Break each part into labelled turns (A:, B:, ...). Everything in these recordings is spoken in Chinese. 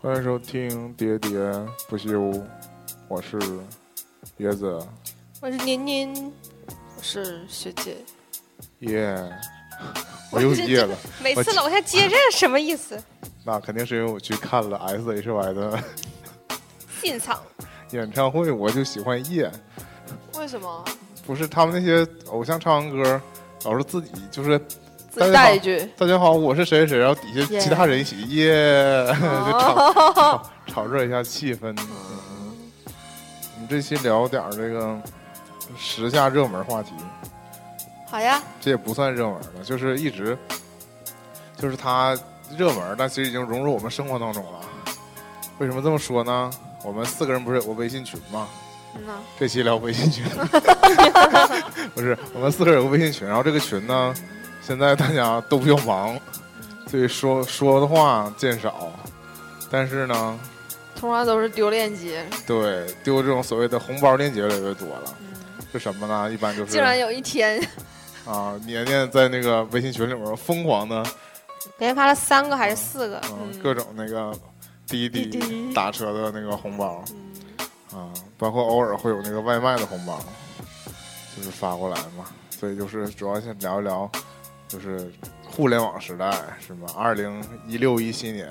A: 欢迎收听《喋喋不休》，我是椰子，
B: 我是年年，我是学姐。
A: 耶、我又
B: 这
A: 耶 了，
B: 每
A: 我
B: 次楼下接这什么意思？
A: 那肯定是因为我去看了 S.H.Y 的
B: 进场？
A: 演唱会，我就喜欢耶，
B: 为什么？
A: 不是他们那些偶像唱完歌，老是自己就是
B: 自
A: 大家
B: 己带一句。
A: 大家好，我是谁谁谁，然后底下
B: 耶
A: 其他人一起耶， 就炒炒炒热一下气氛。嗯我们这期聊点儿这个时下热门话题，
B: 好呀，
A: 这也不算热门了，就是一直就是它热门，但其实已经融入我们生活当中了。为什么这么说呢？我们四个人不是有个微信群吗？
B: 嗯呐，
A: 这期聊微信群， 不是我们四个人有个微信群，然后这个群呢，现在大家都比较忙，所以说说的话见少，但是呢，
B: 通常都是丢链接，
A: 对丢这种所谓的红包链接越来越多了，是什么呢？一般就是
B: 竟然有一天
A: 啊，年年在那个微信群里面疯狂的，
B: 连发了三个还是四个，
A: 嗯、
B: 嗯
A: 各种那个滴
B: 滴
A: 滴
B: 滴
A: 打车的那个红包
B: 嗯
A: 啊，包括偶尔会有那个外卖的红包，就是发过来嘛。所以就是主要想聊一聊，就是互联网时代是吗？二零一六一七年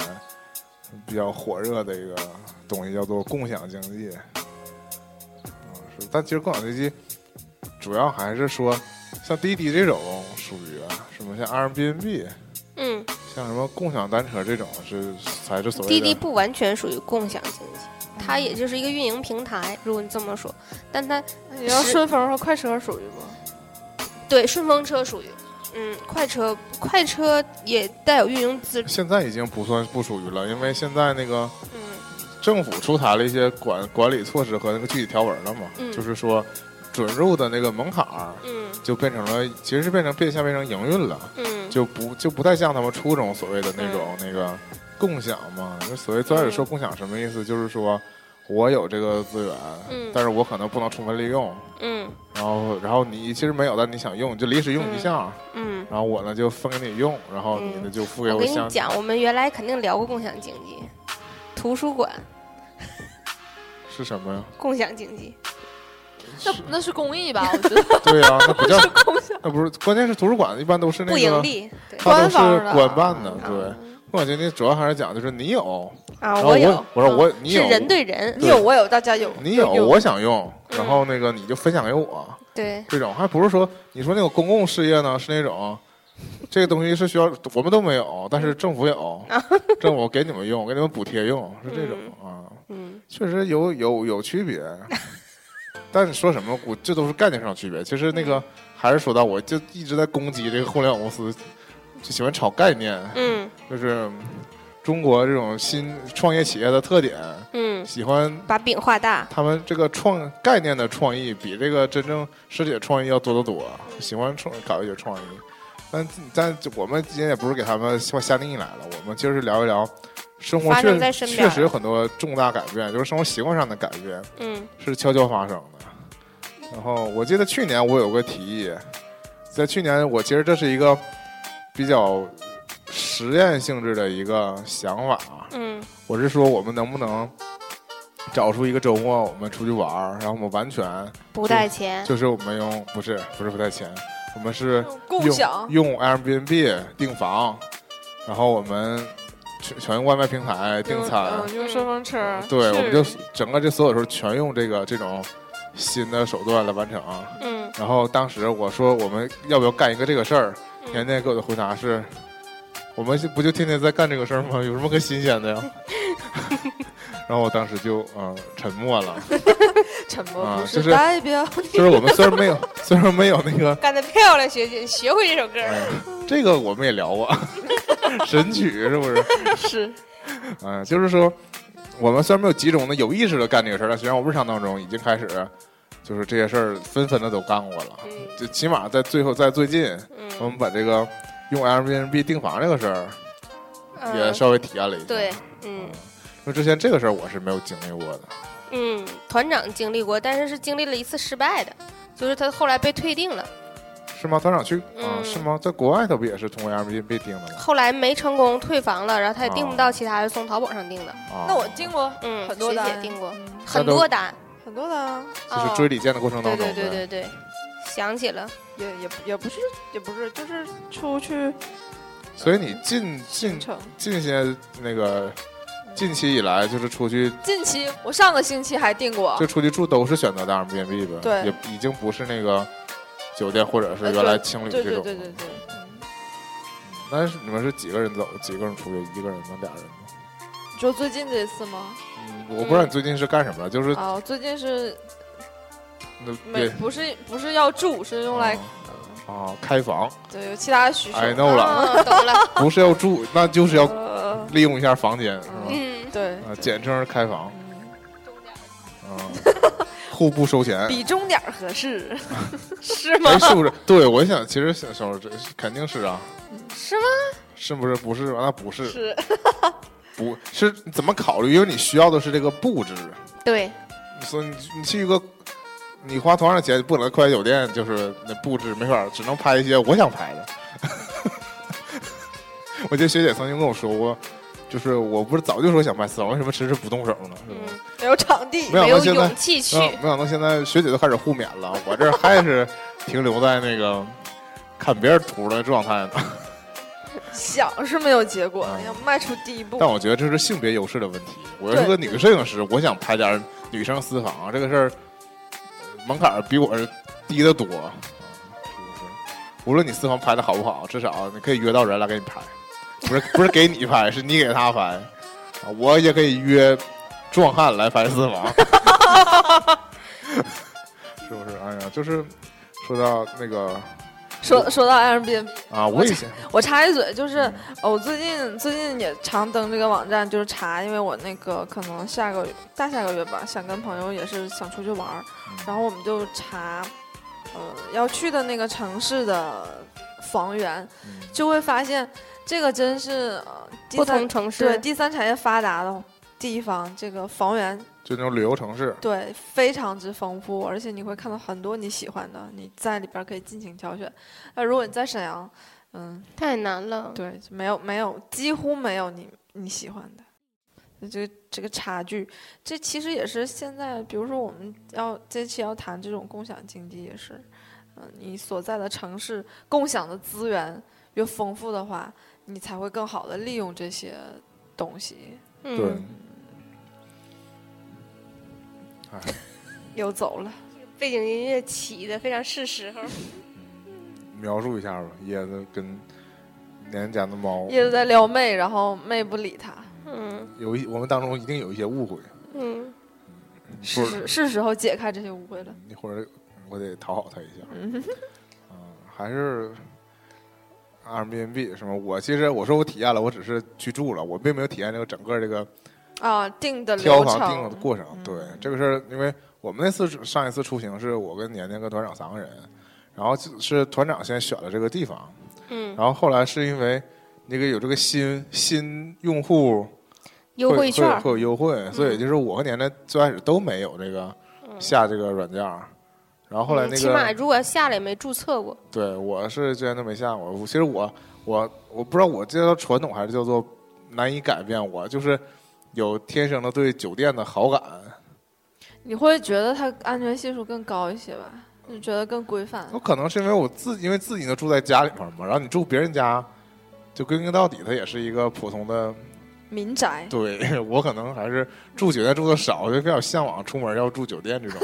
A: 比较火热的一个东西叫做共享经济，啊是，但其实共享经济主要还是说像滴滴这种属于啊什么像 Airbnb。
B: 嗯，
A: 像什么共享单车这种是才是所谓的
B: 滴滴不完全属于共享经济，它也就是一个运营平台，如果你这么说，但它
C: 嗯你要
B: 是
C: 顺风和快车属于吗？
B: 对顺风车属于，嗯，快车快车也带有运营资，
A: 现在已经不算不属于了，因为现在那个
B: 嗯，
A: 政府出台了一些管管理措施和那个具体条文了嘛，
B: 嗯
A: 就是说准入的那个门槛儿
B: 嗯
A: 就变成了，其实是变成变相变成营运了，
B: 嗯，
A: 就不就不太像他们初中所谓的那种、那个共享嘛。就所谓最开始
B: 嗯
A: 说共享什么意思，就是说我有这个资源，
B: 嗯
A: 但是我可能不能充分利用，
B: 嗯
A: 然后然后你其实没有，但你想用就临时用一下。
B: 嗯。
A: 然后我呢就分给你用，然后你呢就付给
B: 我跟
A: 相。
B: 你讲，我们原来肯定聊过共享经济，图书馆
A: 是什么呀？
B: 共享经济，
C: 那那是公 益吧？我觉得
A: 对呀、那不 叫，
C: 共享
A: 那不是，关键是图书馆一般都是那
B: 不盈
A: 个，
B: 利。啊对
A: 它都
C: 官
A: 是
C: 方的
A: 官办的，
C: 啊
A: 对。我觉得主要还是讲就是你有，
B: 啊，
A: 然后我
B: 有，
A: 我说
B: 嗯
A: 我你
B: 是
A: 有，
B: 人对人，
C: 你有我有大家有，
A: 你有，我想用，
B: 嗯
A: 然后那个你就分享给我，
B: 对，
A: 这种还不是说你说那种公共事业呢，是那种。这个东西是需要我们都没有，但是政府有， 政府给你们用，给你们补贴用，是这种啊。
B: 嗯嗯，
A: 确实有有有区 别，但是说什么我这都是概念上的区别。其实那
B: 嗯
A: 个还是说到，我就一直在攻击这个互联网公司，就喜欢炒概念，
B: 嗯
A: 就是中国这种新创业企业的特点，
B: 嗯，
A: 喜欢
B: 把饼画大，
A: 他们这个创概念的创意比这个真正实体的创意要多得多，喜欢创搞一些创意。但但我们今天也不是给他们下下定义来了，我们就是聊一聊生活
B: 发生
A: 确
B: 在身边
A: 确实有很多重大改变，就是生活习惯上的改变
B: 嗯
A: 是悄悄发生的。然后我记得去年我有个提议，在去年我其实这是一个比较实验性质的一个想法啊，
B: 嗯
A: 我是说，我们能不能找出一个周末，我们出去玩儿，然后我们完全
B: 不带钱，
A: 就是我们用不是不是不带钱，我们是
C: 共
A: 用
C: 享
A: 用 Airbnb 订房，然后我们全全用外卖平台订餐，
C: 嗯，用顺风车，
A: 啊对，
C: 是
A: 我们就整个这所有时候全用这个这种新的手段来完成。
B: 嗯
A: 然后当时我说我们要不要干一个这个事儿，
B: 嗯
A: 年年给我的回答是：我们不就天天在干这个事儿 吗？有什么可新鲜的呀？ 然后我当时就嗯、呃沉默了，
C: 沉默
A: 啊
C: 不
A: 就是
C: 是代表，
A: 就是我们虽然没有， 虽然没有那个，
B: 干得漂亮，学姐，学会这首歌
A: 哎呀这个我们也聊过， 神曲是不是？
C: 是
A: 嗯、就是说我们虽然没有集中的有意识的干这个事儿，但实际上我们日常当中已经开始，就是这些事儿纷纷的都干过了，
B: 嗯
A: 就起码在最后在最近，我
B: 嗯
A: 们把这个用 Airbnb 订房这个事儿也
B: 嗯，
A: 稍微体验了一下。
B: 对，嗯
A: 因为之前这个事儿我是没有经历过的。
B: 嗯，团长经历过，但是是经历了一次失败的，就是他后来被退订了，
A: 是吗？团长去啊，
B: 嗯
A: 是吗？在国外他不也是通过 Airbnb 被订的吗？
B: 后来没成功退房了，然后他也订
A: 哦
B: 不到其他，就从淘宝上订的。
A: 啊，
C: 那我订过
B: 嗯，
C: 很多
B: 学
C: 的
B: 姐订过
C: 嗯
B: 很
A: 那都
B: 多单，
C: 很多的啊，
A: 就是追李健的过程
B: 对
A: 当中
B: 对
A: 呗，
B: 对对对，想起了，
C: 也也也不是也不是，就是出去
A: 所以你近近
C: 城。
A: 近些那个近期以来，就是出去
C: 近期我上个星期还订过
A: 就，出去住都是选择的 Airbnb 呗，
C: 哦对
A: 也已经不是那个酒店或者是
C: 呃
A: 原来青旅
C: 对
A: 这
C: 对
A: 种。
C: 对对对，嗯
A: 但是你们是几个人走？几个人出去？一个人吗？俩人吗？
C: 你说最近这次吗？
A: 嗯，我不知道你最近是干什么了，就是
C: 啊，我最近是
A: 那
C: 没
A: 也
C: 不是不是要住，是用来
A: 啊开房哎
C: 对有其他需求。
A: ，I know 了，
B: 嗯，懂了，
A: 不是要住，那就是要
C: 呃，
A: 利用一下房间，是吧？
B: 嗯，
C: 对
A: 啊，，简称是开房，
C: 嗯
A: 啊，互不收钱，
C: 比重点儿合适，
B: 是吗
A: 哎，？是不是？对，我想其实想说，这肯定是啊，
B: 是吗？
A: 是不是？不是吧？那不是，
C: 是
A: 不是怎么考虑？因为你需要的是这个布置，
B: 对，
A: 所以你你去一个，你花同样的钱不能快捷酒店，就是那布置没法，只能拍一些我想拍的。 我记得学姐曾经跟我说过，就是我不是早就说想拍死亡，为什么迟迟不动手呢？是吧？
B: 嗯，
C: 没有场地
A: 没，想到
B: 没有
A: 现在嗯
B: 勇气去
A: 没，想没想到现在学姐都开始互勉了，我这儿还是 停留在那个看别人图的状态呢。
C: 想是没有结果
A: 啊，
C: 要迈出第一步
A: 但。我觉得这是性别优势的问题。我要是个
C: 对
A: 女摄影师，我想拍点儿女生私房这个事儿，呃门槛儿比我低得多。啊是不是？无论你私房拍的好不好，至少你可以约到人来给你拍，不是 不是给你拍，是你给他拍。啊我也可以约壮汉来拍私房， 是不是？哎呀，就是说到那个
C: 说说到 Airbnb，
A: 啊，我
C: 我
A: 以
C: 这
A: 前
C: 我插一嘴，就是哦我最近最近也常登这个网站，就是查，因为我那个可能下个月大下个月吧，想跟朋友也是想出去玩儿，
A: 嗯
C: 然后我们就查，呃，要去的那个城市的房源，
A: 嗯
C: 就会发现这个真是、呃、第
B: 不
C: 三
B: 同城
C: 对
B: 市，
C: 第三产业发达的地方，这个房源
A: 就那种旅游城市，
C: 对非常之丰富，而且你会看到很多你喜欢的，你在里边儿可以尽情挑选。那如果你在沈阳，嗯。
B: 太难了。
C: 对，就没有没有，几乎没有你你喜欢的，这个这个差距，这其实也是现在，比如说我们要这期要谈这种共享经济，也是，嗯、你所在的城市共享的资源越丰富的话，你才会更好的利用这些东西。
A: 对。
B: 嗯，
C: 又走了，
B: 背景音乐起的非常是时候。
A: 描述一下吧，椰子跟娘家的猫
C: 一直在撩妹，然后妹不理他，
B: 嗯
A: 有一，我们当中一定有一些误会，
B: 嗯，
A: 不
C: 是时是时候解开这些误会了。
A: 一会儿我得讨好他一下。
C: 嗯，
A: 嗯，还是 Airbnb 是吗？我其实我说我体验了，我只是去住了，我并没有体验这个整个这个
C: 啊，定的
A: 挑
C: 流
A: 房订的
C: 程，嗯
A: 过程。对这个事儿，因为我们那次是上一次出行是我跟年年跟团长三个人，然后就是团长先选了这个地方，
B: 嗯，
A: 然后后来是因为那个有这个新新用户。
B: 优惠券
A: 会
B: 儿嗯
A: 会有优惠，所以就是我和年年最开始都没有这个下这个软件儿，然后后来
B: 嗯
A: 那
B: 起码
A: 个
B: 如果下来也没注册过，
A: 对我是之前都没下过，我其实我我我不知道我这叫传统还是叫做难以改变，我就是有天生的对酒店的好感，
C: 你会觉得它安全系数更高一些吧？就觉得更规范
B: 嗯
A: 我。可能是因为我自因为自己呢住在家里面嘛，然后你住别人家，就归根到底它也是一个普通的，
C: 民 宅，
A: 对我可能还是住酒店住的少，就比较向往出门要住酒店这种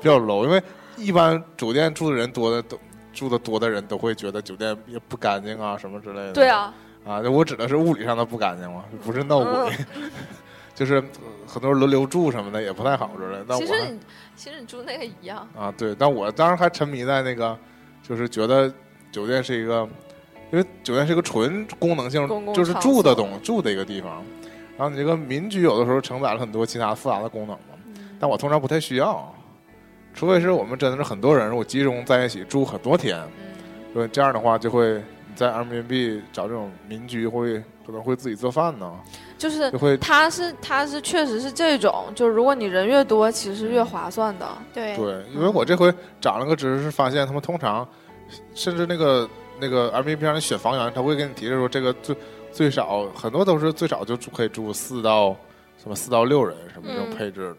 A: 比较 low，因为一般酒店住的人多的都住的多的人都会觉得酒店也不干净啊什么之类的。
C: 对，啊，
A: 啊，我指的是物理上的不干净嘛，不是闹鬼，
C: 嗯
A: 就是呃很多人轮流住什么的也不太好之类的。但
C: 其
A: 我
C: 实你其实你住那个一样，
A: 还啊，对，但我当时还沉迷在那个，就是觉得酒店是一个，因为酒店是一个纯功能性
C: 公，共
A: 就是
C: 场
A: 住的
C: 所
A: 东住的一个地方。然后你这个民居有的时候承载了很多其他复杂的功能嘛，
C: 嗯
A: 但我通常不太需要，除非是我们真的是很多人，我集中在一起住很多天，
C: 嗯，
A: 所以这样的话就会你在 Airbnb 找这种民居会可能会自己做饭呢，
C: 就是
A: 就会
C: 它是它是确实是这种，就如果你人越多，其实越划算的。
A: 嗯
B: 对
A: 对，因为我这回长了个知识，发现他们通常甚至那个那个 MVP 上的选房源，他会跟你提示说，这个最最少很多都是最少就住可以住四到什么四到六人什么这种
B: 嗯
A: 配置的，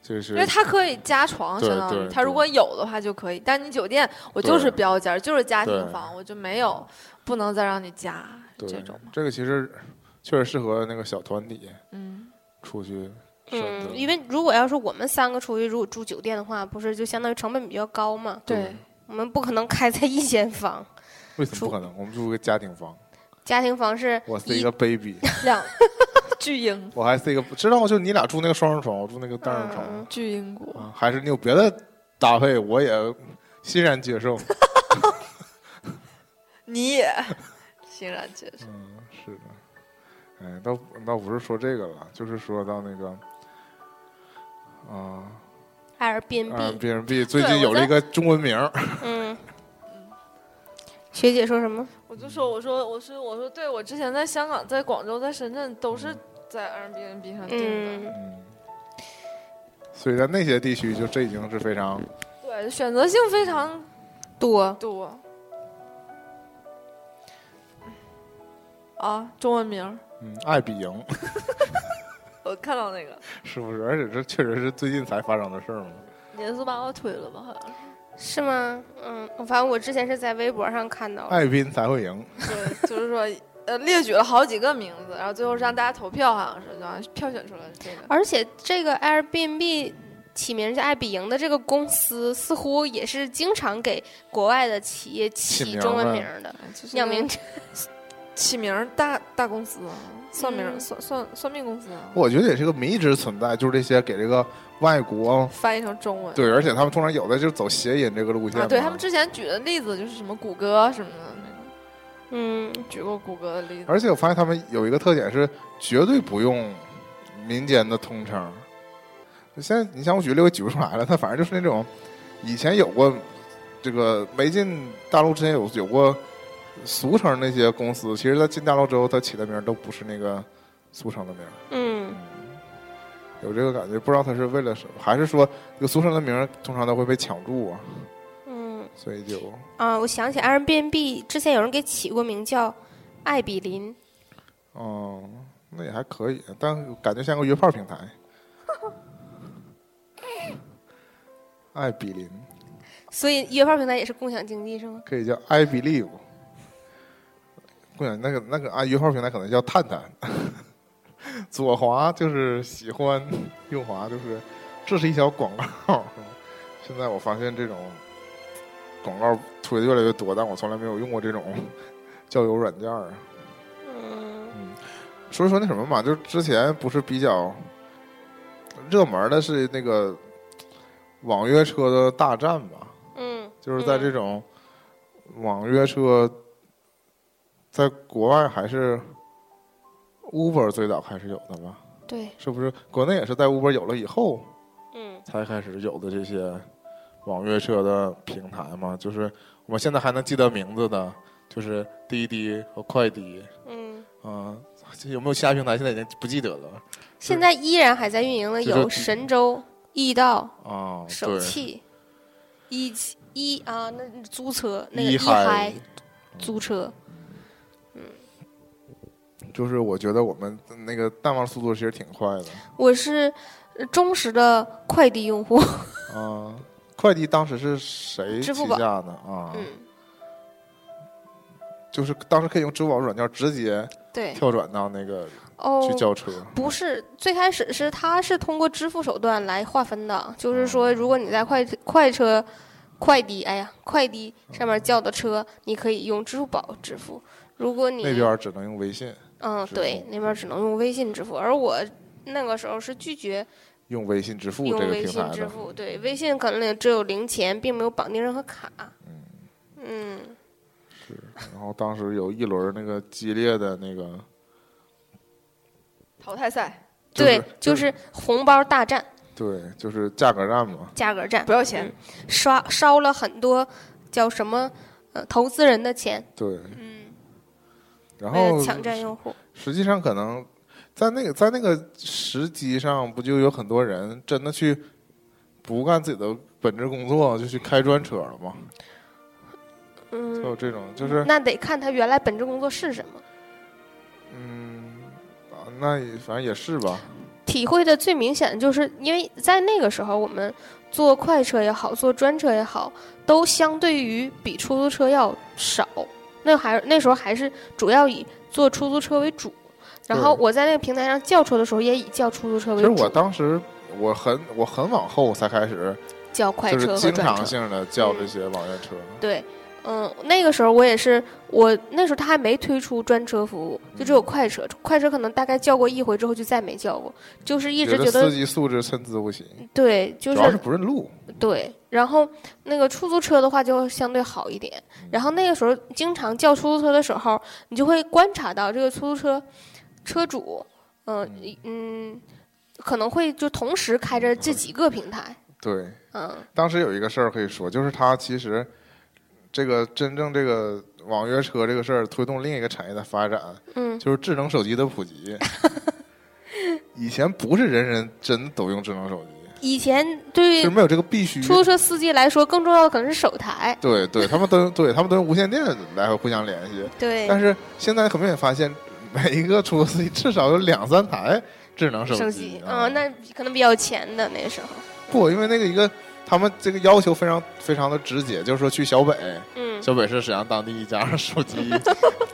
A: 就是
C: 因为它可以加床，
A: 对
C: 相当于
A: 对
C: 它如果有的话就可以。但你酒店，我
A: 对
C: 就是标间儿，就是家庭
A: 对
C: 房，我就没有，不能再让你加
A: 对
C: 这种嘛。
A: 这个其实确实适合那个小团体
C: 嗯，
A: 出去选择，
B: 嗯，因为如果要是我们三个出去，如果住酒店的话，不是就相当于成本比较高嘛？
C: 对，
B: 我们不可能开在一间 房，
A: 为什么
B: 出
A: 不可能？我们住个家庭房，
B: 家庭房是
A: 我是一个 baby，
C: 两巨婴
A: 我还是一个知道就你俩住那个双人床，我住那个单人床。
B: 嗯
C: 巨婴国，
A: 啊，还是你有别的搭配，我也欣然接受。
C: 你 也 欣然接受。
A: 嗯，是的。哎，倒倒不是说这个了，就是说到那个，啊、
B: Airbnb。
A: b n b 最
C: 对
A: 近
C: 我
A: 有了
C: 在
A: 一个中文名儿，
B: 嗯， 学姐说什么？
C: 我就说，我说，我说，我说，对我之前在香港、在广州、在深圳都是在 Airbnb 上订的。
B: 嗯，
A: 嗯，所以在那些地区，就这已经是非常
C: 对，选择性非常
B: 多。
C: 多。啊，中文名儿，
A: 嗯爱比赢，
C: 我看到那个，
A: 是不是？而且这确实是最近才发生的事儿嘛。
C: 年速把我腿了吧？好像是
B: 是吗？哎嗯，反正我之前是在微博上看
C: 哦
B: 到的。
A: 爱拼才会赢，
C: 对，就是说，呃，列举了好几个名字，然后最后是让大家投票，好像是，然后票选出来这个。
B: 而且这个 Airbnb 起名叫爱彼迎的这个公司，似乎也是经常给国外的企业
A: 起
B: 起
A: 名
B: 中文
A: 儿
B: 名儿的。
C: 哎就是
B: 鸟
C: 个
B: 鸣，
C: 起名儿大大公司啊，算命、
B: 嗯
C: 算算算命公司啊，
A: 我觉得也是个迷之存在，就是这些给这个外国
C: 翻译成中文。
A: 对，而且他们通常有的就走谐音这个路线嘛、
C: 啊，对他们之前举的例子就是什么谷歌啊什么的，那个
B: 嗯，
C: 举过谷歌的例子。
A: 而且我发现他们有一个特点是绝对不用民间的通称。现在你像我举例，我举不出来了，他反正就是那种以前有过这个没进大陆之前有有过俗称那些公司，其实他进大陆之后，他起的名儿都不是那个俗称的名儿。
B: 嗯，
A: 有这个感觉，不知道他是为了什么，还是说这个俗称的名儿通常都会被抢注啊，
B: 嗯，
A: 所以就
B: 啊，我想起 Airbnb 之前有人给起过名叫艾比林，
A: 嗯，那也还可以，但感觉像个约炮平台。爱比邻
B: 所以约炮平台也是共享经济是吗？
A: 可以叫 I believe，不想那个那个啊，约炮平台可能叫探探。 左滑就是喜欢，右滑就是，这是一条广告。现在我发现这种广告推的越来越多，但我从来没有用过这种 交友软件儿。
B: 嗯
A: 所以说那什么嘛，就是之前不是比较热门的是那个网约车的大战嘛，
B: 嗯，
A: 就是在这种网约车在国外还是 Uber 最早开始有的吧？
B: 对，
A: 是不是？国内也是在 Uber 有了以后
B: 嗯
A: 才开始有的这些网约车的平台嘛？就是我现在还能记得名字的，就是滴滴和快滴。
B: 嗯，
A: 啊，这有没有其他平台现在已经不记得了
B: 现在依然还在运营的
A: 就是
B: 有神州、易到、
A: 啊？
B: 手
A: 对，
B: 气，一起一啊，那那租车那个
A: 一
B: 嗨租车，
A: 就是我觉得我们那个淡忘速度其实挺快的
B: 我是呃忠实的快递用户，
A: 啊。快递当时是谁旗
B: 支付
A: 下
B: 宝
A: 的啊？
B: 嗯，
A: 就是当时可以用支付宝软件直接
B: 对，
A: 跳转到那个
B: 哦
A: 去，叫车，
B: 不是，最开始是它是通过支付手段来划分的，就是
A: 嗯
B: 说，如果你在快快车、快递，哎呀，快递
A: 嗯
B: 上面叫的车，你可以用支付宝支付。如果你
A: 那边只能用微信，
B: 嗯，
A: 支
B: 对
A: 付，
B: 那边只能用微信支付，而我那个时候是拒绝
A: 用微信支付
B: 用
A: 这个
B: 微
A: 平
B: 信
A: 台
B: 支
A: 的。
B: 付，对，微信可能也只有零钱，并没有绑定任何卡。嗯
A: 然后当时有一轮那个激烈的那个，
C: 淘汰赛
B: 对，
A: 就
B: 就是是红包大战、
A: 对，就是价格战嘛。
B: 价格战
C: 不，要钱，
B: 刷烧了很多叫什么呃投资人的钱，
A: 对，
B: 嗯，
A: 然
B: 为
A: 后
B: 了抢占用户。
A: 实际上可能在那个在那个时机上，不就有很多人真的去不干自己的本职工作，就去开专车了吗？都
B: 嗯，
A: 有这种，就是
B: 那得看他原来本职工作是什么。
A: 嗯，啊，那也反正也是吧，
B: 体会的最明显，就是因为在那个时候，我们坐快车也好，坐专车也好，都相对于比出租车要少。那还那时候还是主要以坐出租车为主。然后
A: 对
B: 我在那个平台上叫车的时候，也以叫出租车
A: 其
B: 为
A: 实
B: 主，
A: 我当时我很我很往后才开始，
B: 叫快
A: 就是
B: 车和
A: 经
B: 专
A: 常
B: 车。
A: 性的叫这些网约车。
B: 对，嗯，那个时候我也是，我那时候他还没推出专车服务，就
A: 嗯
B: 只有快车。快车可能大概叫过一回之后就再没叫过，就是一直
A: 觉
B: 觉
A: 司
B: 得
A: 机素质参差不齐，
B: 对，就
A: 主
B: 是
A: 要是不认路。
B: 对，然后那个出租车的话就相对好一点。
A: 嗯
B: 然后那个时候经常叫出租车的时候，你就会观察到这个出租车车主，嗯、嗯，可能会就同时开着这几个平台，
A: 对，
B: 嗯
A: 当时有一个事儿可以说，就是他其实这个真正这个网约车这个事儿推动另一个产业的发展，
B: 嗯，
A: 就是智能手机的普及。以前不是人人真的都用智能手机，
B: 以前
A: 就
B: 对
A: 是没有这个必须。
B: 出租车司机来说，更重要的可能是手台，
A: 对对，他们都对他们都用无线电来回互相联系。
B: 对，
A: 但是现在很明显发现，每一个出租司机至少有两三台智能手
B: 手
A: 机。啊
B: 嗯，那可能比较有钱的那时候，
A: 不，因为那个一个他们这个要求非常非常的直接，就是说去小北，
B: 嗯，
A: 小北是沈阳当地一家手机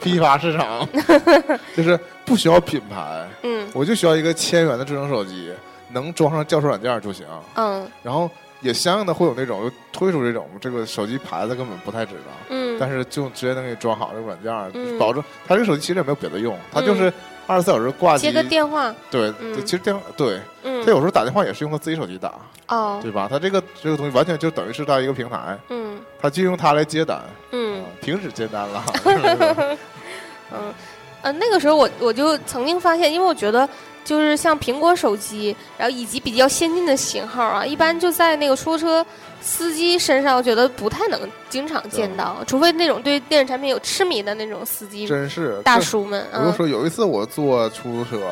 A: 批发市场， 就是不需要品牌，
B: 嗯
A: 我就需要一个千元的智能手机，能装上教授软件儿就行。
B: 嗯
A: 然后也相应的会有那种推出这种这个手机牌子根本不太知道。
B: 嗯，
A: 但是就直接能给你装好这个软件儿，
B: 嗯
A: 保证它这个手机其实也没有别的用，它就是二十四小时挂机。
B: 接个电话，
A: 对，
B: 嗯
A: 对其实电话对，
B: 嗯
A: 他，有时候打电话也是用他自己手机打，
B: 哦，
A: 对吧？他这个这个东西完全就等于是他一个平台，
B: 嗯
A: 他就用它来接单，
B: 嗯
A: 啊。，停止接单 了。就是
B: 嗯，呃，那个时候我我就曾经发现，因为我觉得就是像苹果手机，然后以及比较先进的型号啊，一般就在那个出租车司机身上，我觉得不太能经常见到，除非那种对电子产品有痴迷的那种司机
A: 真是
B: 大
A: 这
B: 叔们
A: 我就
B: 啊，
A: 说哎有一次我坐出租车，然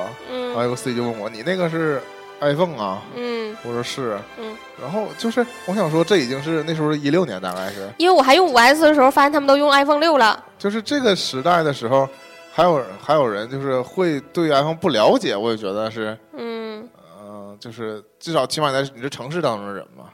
A: 后
B: 嗯
A: 有个司机就问我：“你那个是 iPhone 啊
B: 嗯？”，
A: 我说是，
B: 嗯，
A: 然后就是我想说，这已经是那时候一六年大概是，
B: 因为我还用五 S 的时候，发现他们都用 iPhone 六了，
A: 就是这个时代的时候，还有还有人就是会对 iPhone 不了解，我也觉得是，
B: 嗯，
A: 嗯、就是至少起码在你这城市当中的人嘛，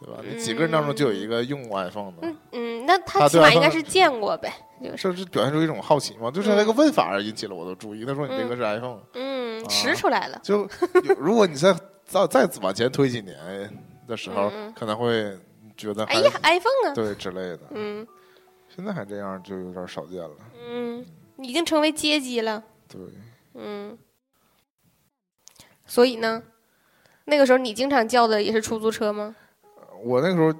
A: 对吧？你几个人当中就有一个用过 iPhone 的，
B: 嗯嗯，那他
A: 啊
B: 起
A: 对
B: 码
A: ，iPhone
B: 应该是见过呗，就是
A: 是不是表现出一种好奇嘛？就是那个问法而引起了我的注意。他说你这个是 iPhone，、
B: 嗯
A: 啊，
B: 识出来了，
A: 就有如果你再再再往前推几年的时候，
B: 嗯嗯
A: 可能会觉得还
B: 哎呀，iPhone 啊，
A: 对之类的。
B: 嗯
A: 现在还这样就有点少见了。
B: 嗯，已经成为街机了。
A: 对，
B: 嗯，所以呢，那个时候你经常叫的也是出租车吗？
A: 我那个时候。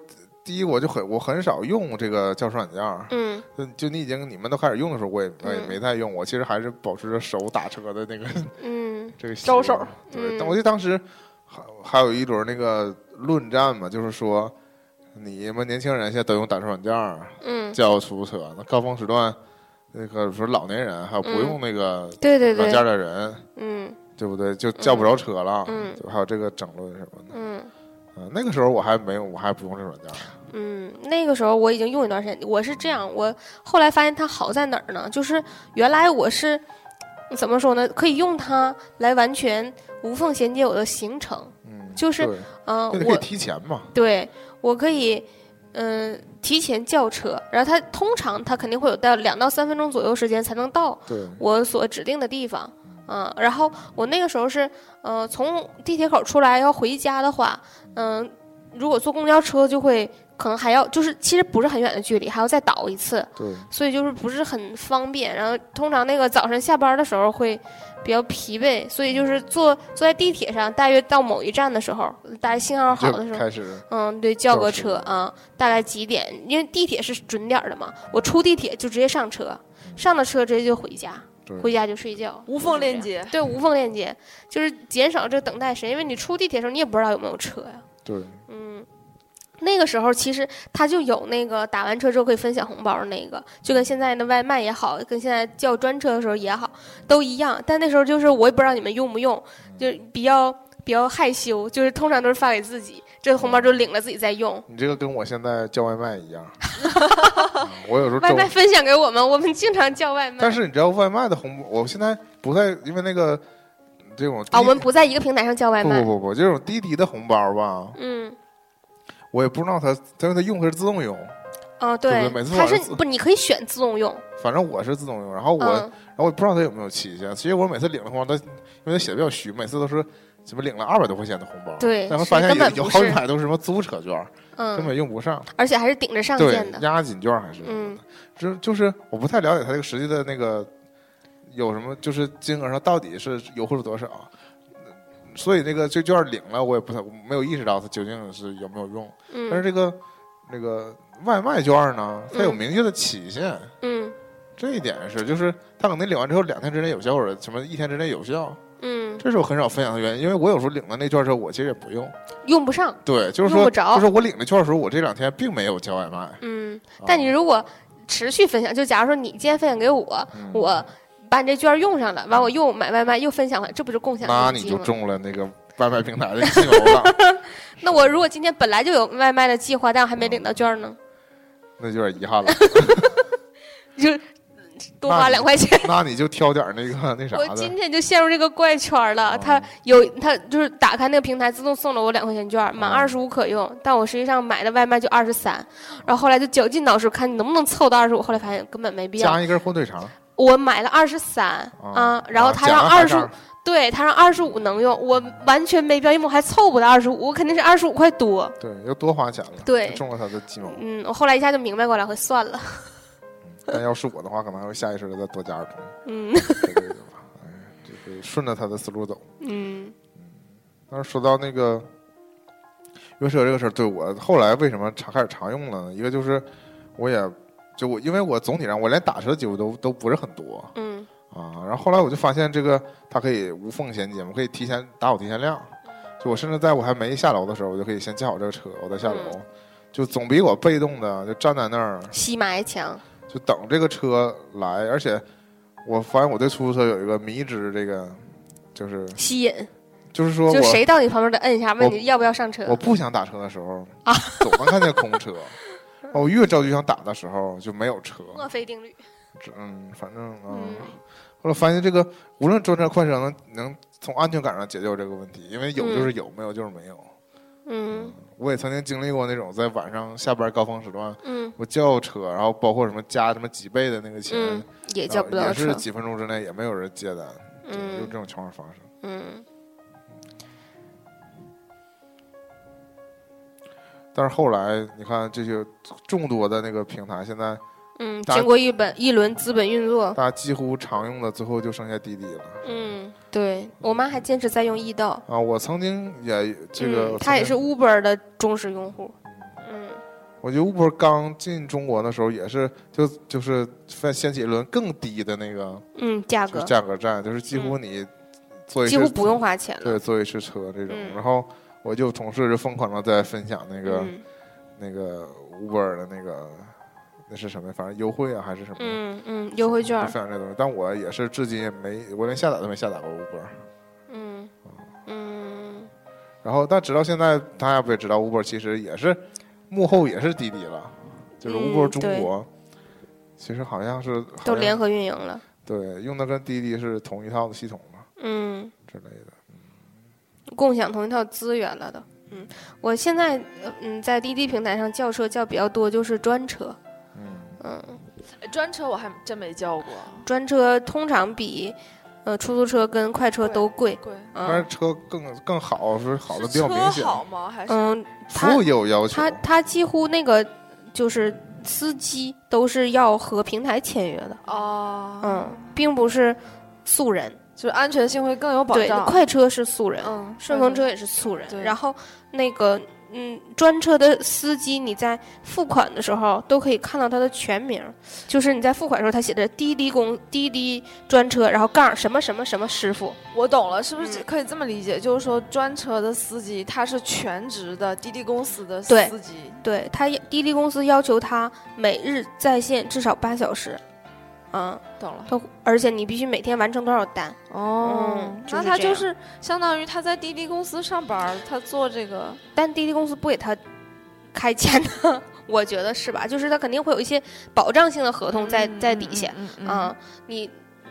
A: 第一，我就很我很少用这个教室软件儿，
B: 嗯
A: 就就你已经你们都开始用的时候，我也我也
B: 嗯
A: 没太用，我其实还是保持着手打车的那个
B: 嗯
A: 这个习
C: 招
A: 惯
C: 手。
A: 对，
B: 嗯
A: 但我记得当时还还有一轮那个论战嘛，就是说你们年轻人现在都用打车软件儿
B: 嗯，
A: 叫出租车，那高峰时段那个说老年人还有不
B: 嗯
A: 用那个
B: 对对
A: 软
B: 对
A: 件，儿的人，
B: 嗯
A: 对不对？就叫不着车了，
B: 嗯
A: 就还有这个争论什么的。
B: 嗯
A: 嗯，那个时候我还没有，我还不用这软件儿。
B: 嗯，那个时候我已经用一段时间，我是这样，我后来发现它好在哪儿呢？就是原来我是怎么说呢？可以用它来完全无缝衔接我的行程，
A: 嗯，
B: 就是
A: 对
B: 嗯、
A: 对你可以
B: 我
A: 提前嘛。
B: 对我可以，嗯、提前叫车，然后它通常它肯定会有到两到三分钟左右时间才能到
A: 对，
B: 我所指定的地方，嗯、然后我那个时候是，呃，从地铁口出来要回家的话，嗯、如果坐公交车就会可能还要就是其实不是很远的距离，还要再倒一次，
A: 对，
B: 所以就是不是很方便。然后通常那个早晨下班的时候会比较疲惫，所以就是坐坐在地铁上，大约到某一站的时候，大家信号好的时
A: 就
B: 候，
A: 开始
B: 嗯，对，叫
A: 到
B: 个
A: 时
B: 车
A: 间
B: 啊、大概几点？因为地铁是准点儿的嘛，我出地铁就直接上车，上了车直接就回家
A: 对，
B: 回家就睡觉，
C: 无
B: 就是
C: 缝
B: 这
C: 链
B: 样。
C: 接，
B: 对，无缝链接就是减少这等待时间，因为你出地铁的时候你也不知道有没有车呀。
A: 对，
B: 嗯，那个时候其实它就有那个打完车之后可以分享红包儿那个，就跟现在的外卖也好，跟现在叫专车的时候也好，都一样。但那时候就是我也不知道你们用不用，就比较比较害羞，就是通常都是发给自己，这个红包就领了自己再用。
A: 你这个跟我现在叫外卖一样。我有时候
B: 外
A: 周，
B: 卖分享给我们，我们经常叫外卖。
A: 但是你知道外卖的红包，我现在不太因为那个这种滴
B: 啊，我们不在一个平台上叫外
A: 不
B: 卖。
A: 不不不，这种滴滴的红包吧，
B: 嗯，
A: 我也不知道它，但是它用的是自动用，
B: 啊，
A: 对不
B: 对
A: 对每，次
B: 它
A: 我
B: 是
A: 儿子
B: 不，你可以选自动用。
A: 反正我是自动用，然后我、
B: 嗯，
A: 然后我也不知道它有没有期限，其实我每次领的红包，它因为它写的比较虚，每次都是什么领了二百多块钱的红包，
B: 对
A: 但会
B: 是
A: 发现
B: 根
A: 有
B: 本
A: 有
B: 不
A: 好几
B: 是
A: 百都是什么租车券，根
B: 嗯，
A: 本用不上，
B: 而且还是顶着上
A: 对
B: 限，的。
A: 押金券还是什么
B: 嗯
A: 的，就就是我不太了解它这个实际的那个有什么，就是金额上到底是优惠了多少。所以那个这券领了，我也不太我没有意识到它究竟是有没有用。但是
B: 嗯
A: 这个那个外卖券呢，它有
B: 嗯
A: 明确的期限，
B: 嗯
A: 这一点是，就是它可能领完之后两天之内有效，或者什么一天之内有效，
B: 嗯，
A: 这是我很少分享的原因。因为我有时候领了那券之后，我其实也不用。
B: 用不上。
A: 对，就是
B: 用
A: 说，
B: 不着
A: 就是我领的券的时候，我这两天并没有叫外卖。啊
B: 嗯，
A: 哦
B: 但你如果持续分享，就假如说你今天分享给我，
A: 嗯
B: 我把你这券用上了，完我又买外卖又分享了，这不就共享
A: 那
B: 经
A: 你
B: 济
A: 就
B: 吗？
A: 中了那个外卖平台的金牛了，
B: 那我如果今天本来就有外卖的计划，但我还没领到券呢，
A: 那就有点遗憾了。嗯
B: 就
A: 那
B: 多花
A: 你
B: 两块钱。
A: 那你就挑点那个那啥
B: 我
A: 的哦
B: 今。天就陷入这个怪圈了，它有它就是打开那个平台自动送了我两块钱券，满
A: 哦
B: 二十五可用，但我实际上买的外卖就二十三，然后后来就绞尽脑汁看能不能凑到二十五，后来发现根本没必要。
A: 加哦一根火腿肠
B: 我买了二十三啊，然后他
A: 讲
B: 让
A: 了还
B: 二十
A: 是
B: 五，对他让二十五能用，我完全没必要，因为我还凑不到二十五，我肯定是二十五块多。
A: 对，又多花钱了，
B: 对
A: 就中了他的金牛。
B: 嗯，我后来一下就明白过来，会算了。
A: 但要是我的话，可能还会下意识的再多加点东西
B: 嗯
A: 对对对吧。哎就是顺着他的思路走。
B: 嗯
A: 但是说到那个约车这个事儿，对我后来为什么常开始常用了呢？一个就是我也就我，因为我总体上我连打车机会都都不是很多
B: 嗯
A: 啊。然后后来我就发现这个它可以无缝衔接，我可以提前打好提前量。就我甚至在我还没下楼的时候，我就可以先叫好这个车，我再下楼，
B: 嗯
A: 就总比我被动的就站在那儿
B: 吸霾强，
A: 就等这个车来。而且我发现我对出租车有一个迷之，这个就是
B: 吸引，
A: 就是说我
B: 就谁到你旁边得摁一下，问
A: 我
B: 你要不要上 车
A: 我。不想打车的时 候，
B: 啊
A: 总能看见空车。我越着急想打的时候就没有车，
B: 墨菲定律，
A: 只嗯，反正嗯
B: 嗯，
A: 后来发现这个无论专车快车能能从安全感上解救这个问题，因为有就是有，没有就是没有。
B: 嗯
A: 我也曾经经历过那种在晚上下班高峰时段，
B: 嗯
A: 我叫车，然后包括什么加什么几倍的那个钱，啊
B: 嗯，也
A: 也
B: 叫不到
A: 也是
B: 车。
A: 几分钟之内也没有人接单，对就
B: 嗯
A: 这种情况发生。
B: 嗯
A: 但是后来你看这些众多的那个平台，现在
B: 嗯，
A: 打
B: 经过一本一轮资本运作，
A: 大家几乎常用的，最后就剩下滴滴了。
B: 嗯，对我妈还坚持在用易到。
A: 啊，我曾经也这个，
B: 嗯，他也是
A: 曾经
B: Uber 的忠实用户。嗯
A: 我觉得 Uber 刚进中国的时候也是，就就是掀掀起一轮更低的那个
B: 嗯，价
A: 就
B: 格嗯
A: 是价格战，就是几乎你坐一
B: 几
A: 次
B: 乎不用花钱了。
A: 对坐一次车这种。
B: 嗯
A: 然后我就同事就疯狂的在分享那个、
B: 嗯
A: 那个 Uber 的那个那是什么，反正优惠啊还是什么。
B: 嗯嗯，优惠券
A: 就
B: 儿
A: 分。享这东西，但我也是至今也没，我连下载都没下载过 Uber。
B: 嗯嗯，
A: 然后，但直到现在，大家不也知道，Uber 其实也是幕后也是滴滴了，就是
B: 嗯
A: Uber 中国，其实好像是好
B: 都
A: 像
B: 联合运营了。
A: 对用的跟滴滴是同一套的系统嘛
B: 嗯，
A: 之类的。
B: 共享同一套资源了的。嗯，我现在呃嗯在滴滴平台上叫车叫比较多，就是专车。
A: 嗯，
B: 嗯，
C: 哎专车我还真没叫过，
B: 专车通常比呃出租车跟快车都贵。
C: 贵。
A: 但是
B: 嗯
A: 车更更好，是好的比
C: 是
A: 较
C: 车
A: 明显，
C: 好吗？还是
B: 嗯，它
A: 服务也有要求
B: 他。他几乎那个就是司机都是要和平台签约的，
C: 哦，
B: 嗯，，并不是素人。
C: 就是安全性会更有保
B: 对，
C: 障。
B: 快车是素人，
C: 嗯，
B: 顺风车也是素人。
C: 对
B: 然后那个嗯，专车的司机你在付款的时候都可以看到他的全名，就是你在付款的时候他写着滴滴公滴滴专车，然后杠什么什么什么师傅。
C: 我懂了，是不是
B: 嗯
C: 可以这么理解？就是说，专车的司机他是全职的滴滴公司的
B: 对
C: 司机，
B: 对他滴滴公司要求他每日在线至少八小时，嗯，
C: 懂了。
B: 他而且你必须每天完成多少单。
C: 哦
B: 嗯，
C: 那
B: 就是
C: 他
B: 这
C: 就
B: 样
C: 是相当于他在滴滴公司上班儿，他做这个
B: 但滴滴公司不给他开钱的， 我觉得是吧？就是它肯定会有一些保障性的合同在在底下，
C: 嗯嗯嗯
B: 啊，你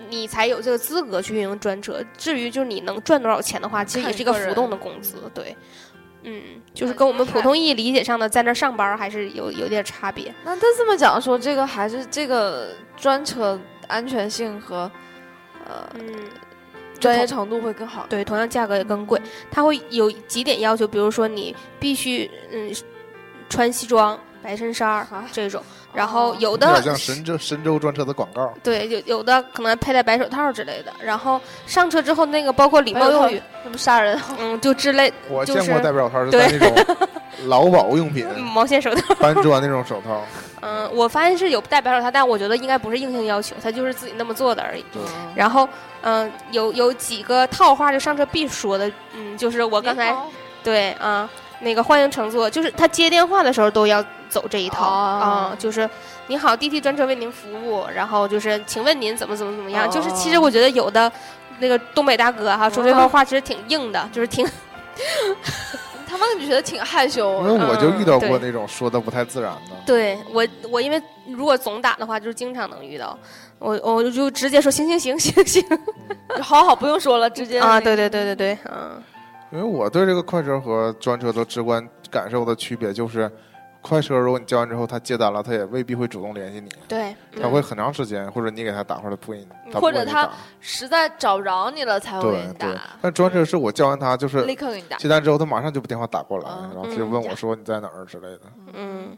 B: 你才有这个资格去运营专车。至于就是你能赚多少钱的话，其实
C: 看
B: 也是一个
C: 个人
B: 浮动的工资，对。嗯，就是
C: 对
B: 跟我们
C: 那
B: 普
C: 还
B: 通意义理解上的在那儿上班儿还是有有点差别。
C: 那他这么讲说，这个还是这个专车安全性和呃
B: 嗯，
C: 专业程度会更好。
B: 对，同样价格也更贵。它会有几点要求，比如说你必须嗯穿西装、白衬衫儿
C: 啊
B: 这种，然后
C: 哦
B: 有
A: 有点
B: 的
A: 像神州神州专车的广告，
B: 对有有的可能还佩戴白手套之类的，然后上车之后那个包括礼
C: 白
B: 貌
C: 手套
B: 用语，
C: 那么杀 人，
B: 嗯，就之类
A: 我
B: 就是
A: 见过戴表手套是戴那种劳保用品
B: 嗯毛线手套。
A: 搬砖那种手套，
B: 嗯，我发现是有戴白手套，但我觉得应该不是硬性要求，他就是自己那么做的而已。
A: 对
B: 然后，嗯、有有几个套话，就上车必说的，嗯，就是我
C: 我
B: 刚才对啊、那个欢迎乘坐，就是他接电话的时候都要走这一套啊、
C: 哦
B: 就是你好，地铁专车为您服务，然后就是请问您怎么怎么怎么样，就是其实
C: 哦
B: 我觉得有的那个东北大哥哈说这
C: 哦
B: 套话其实挺硬的，就是挺
C: 他们觉得挺害羞
A: 因
C: 的，
A: 为我就遇到过
B: 嗯
A: 那种说的不太自然的，
B: 对我我因为如果总打的话，就是经常能遇到，我我就直接说行行行行行
C: 好好不用说了，直接
B: 啊，对对对对对，嗯
A: 因为我对这个快车和专车的直观感受的区别就是，快车如果你叫完之后他接单了，他也未必会主动联系你，
C: 嗯
B: 嗯对，
A: 他会很长时间，或者你给他打，或者不给你，他不
C: 或
A: 会
C: 者
A: 给你
C: 他
A: 打
C: 实在找不着你了才会给
A: 对
C: 你
A: 对
C: 打，，
A: 但专车是我叫完他就是
C: 立刻给你打。
A: 接单之后，他马上就把电话打过来，
C: 嗯
A: 然后就问我说你在哪儿之类的。
B: 嗯，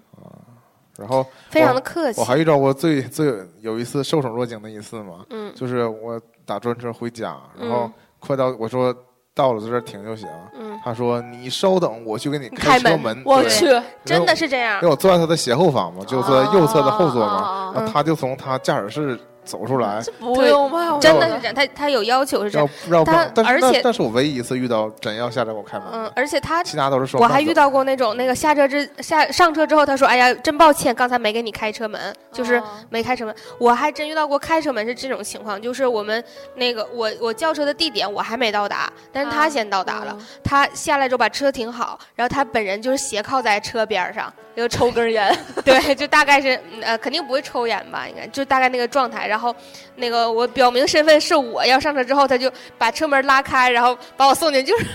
A: 然后
B: 非常的客气
A: 我，还遇到过最最有一次受宠若惊的一次嘛，
B: 嗯
A: 就是我打专车回家，然后
B: 嗯
A: 快到我说到了在这儿停就行，
B: 嗯，
A: 他说你稍等，我去给你
B: 开
A: 车
B: 门
A: 对
C: 我
A: 因为
C: 去，
B: 真的是这样
A: 因为，我坐在他的斜后方嘛，就坐在右侧的后座
B: 哦
A: 嘛，啊
C: 啊啊啊啊
B: 嗯
A: 然后他就从他驾驶室走出来，
C: 这不用吧？我
B: 真
C: 觉
B: 的是
C: 得
B: 这样，他他有要求是这
A: 要
B: 样，
A: 不要不让
B: 但，
A: 但是
B: 而
A: 那
B: 且
A: 但是我唯一一次遇到真要下来给我开门
B: 嗯
A: 的，，
B: 而且他
A: 其他都是说
B: 我还遇到过那种那个下车之下上车之后，他说：“哎呀，真抱歉，刚才没给你开车门，就是
C: 啊
B: 没开车门。”我还真遇到过开车门是这种情况，就是我们那个我我叫车的地点我还没到达，但是他先到达
C: 哦
B: 了，，他下来之后把车停好，然后他本人就是斜靠在车边上，
C: 又抽根烟，
B: 对，就大概是嗯呃，肯定不会抽烟吧，应该就大概那个状态。然后，那个我表明身份是我要上车之后，他就把车门拉开，然后把我送进，就是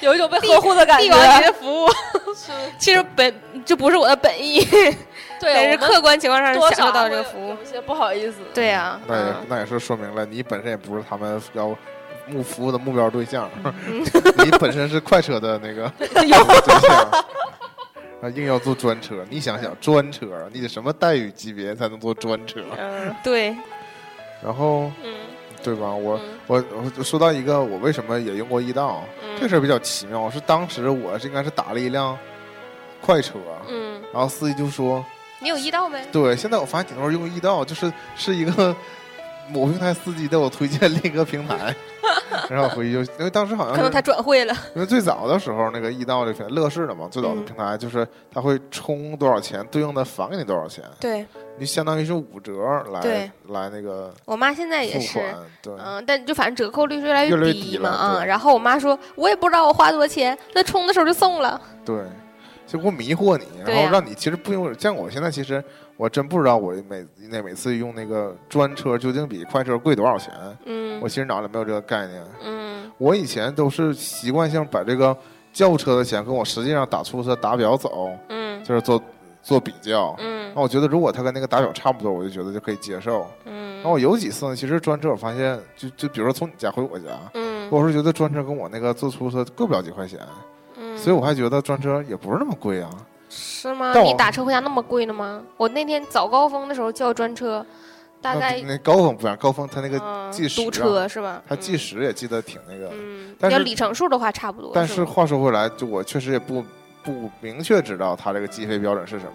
C: 有一种被呵护的感
B: 帝王
C: 觉。
B: 级的服 务。
C: 是，
B: 其实本这不是我的本意，但
C: 对，
B: 是
C: 我们
B: 客观情况上
C: 多
B: 享
C: 少
B: 受到
C: 会
B: 这个
C: 有
B: 服务。
C: 有一些不好意思。
B: 对呀、
A: 那也
B: 嗯
A: 那也是说明了你本身也不是他们要目服务的目标对象，
B: 嗯
A: 你本身是快车的那 个对象，啊，硬要坐专车，你想想专车，啊你得什么待遇级别才能坐专车？
B: 嗯，对，
A: 然后
B: 嗯
A: 对吧？我
B: 嗯
A: 我我就说到一个，我为什么也用过易道，这
B: 嗯
A: 事儿比较奇妙，是当时我是应该是打了一辆快车，啊
B: 嗯，
A: 然后司机就说。
B: 你有医道没？
A: 对，现在我发现挺多人用易道，就是是一个某平台司机给我推荐另一个平 台，然后我回去就因为当时好像
B: 可能
A: 是
B: 他转会了。
C: 嗯
A: 因为最早的时候那个易道这平台乐视的嘛，最
B: 嗯
A: 早的平台就是它会充多少钱，对应的返给你多少钱，
B: 对
A: 你相当于是五折来
B: 对
A: 来那个
B: 我妈现在也
A: 付
B: 是。
A: 款，对，
B: 嗯，但就反正折扣率是越来
A: 越来越低
B: 低
A: 了
B: 嘛，啊、
A: 对
B: 然后我妈说，我也不知道我花多少钱，那充的时候就送了，
A: 对，就会迷惑你，
B: 对
A: 然后
B: 呀
A: 让你其实不用。像我现在其实我真不知道我每那每次用那个专车究竟比快车贵多少钱，
B: 嗯
A: 我其实脑里没有这个概念。
B: 嗯
A: 我以前都是习惯性把这个轿车的钱跟我实际上打出租车打表走，
B: 嗯
A: 就是做做比较。
B: 嗯
A: 那我觉得如果它跟那个打表差不多，我就觉得就可以接受。
B: 嗯
A: 然后我有几次呢，其实专车我发现，就就比如说从你家回我家，
B: 嗯
A: 我是觉得专车跟我那个坐出租车贵不了几块钱，
B: 嗯，
A: 所以我还觉得专车也不是那么贵啊。
B: 是吗？
A: 但
B: 你
A: 我
B: 打车回家那么贵呢吗？我那天早高峰的时候叫专车，大
A: 那
B: 概
A: 嗯那高峰不一样，高峰它那个
B: 嗯
A: 计时啊
B: 堵车是吧？嗯
A: 它计
B: 时，
A: 时也记得挺那个。
B: 嗯，
A: 但
B: 要
A: 是
B: 里程数的话差不多，
A: 但
B: 是
A: 是
B: 吧
A: 话说回来，就我确实也不不明确知道它这个计费标准是什么。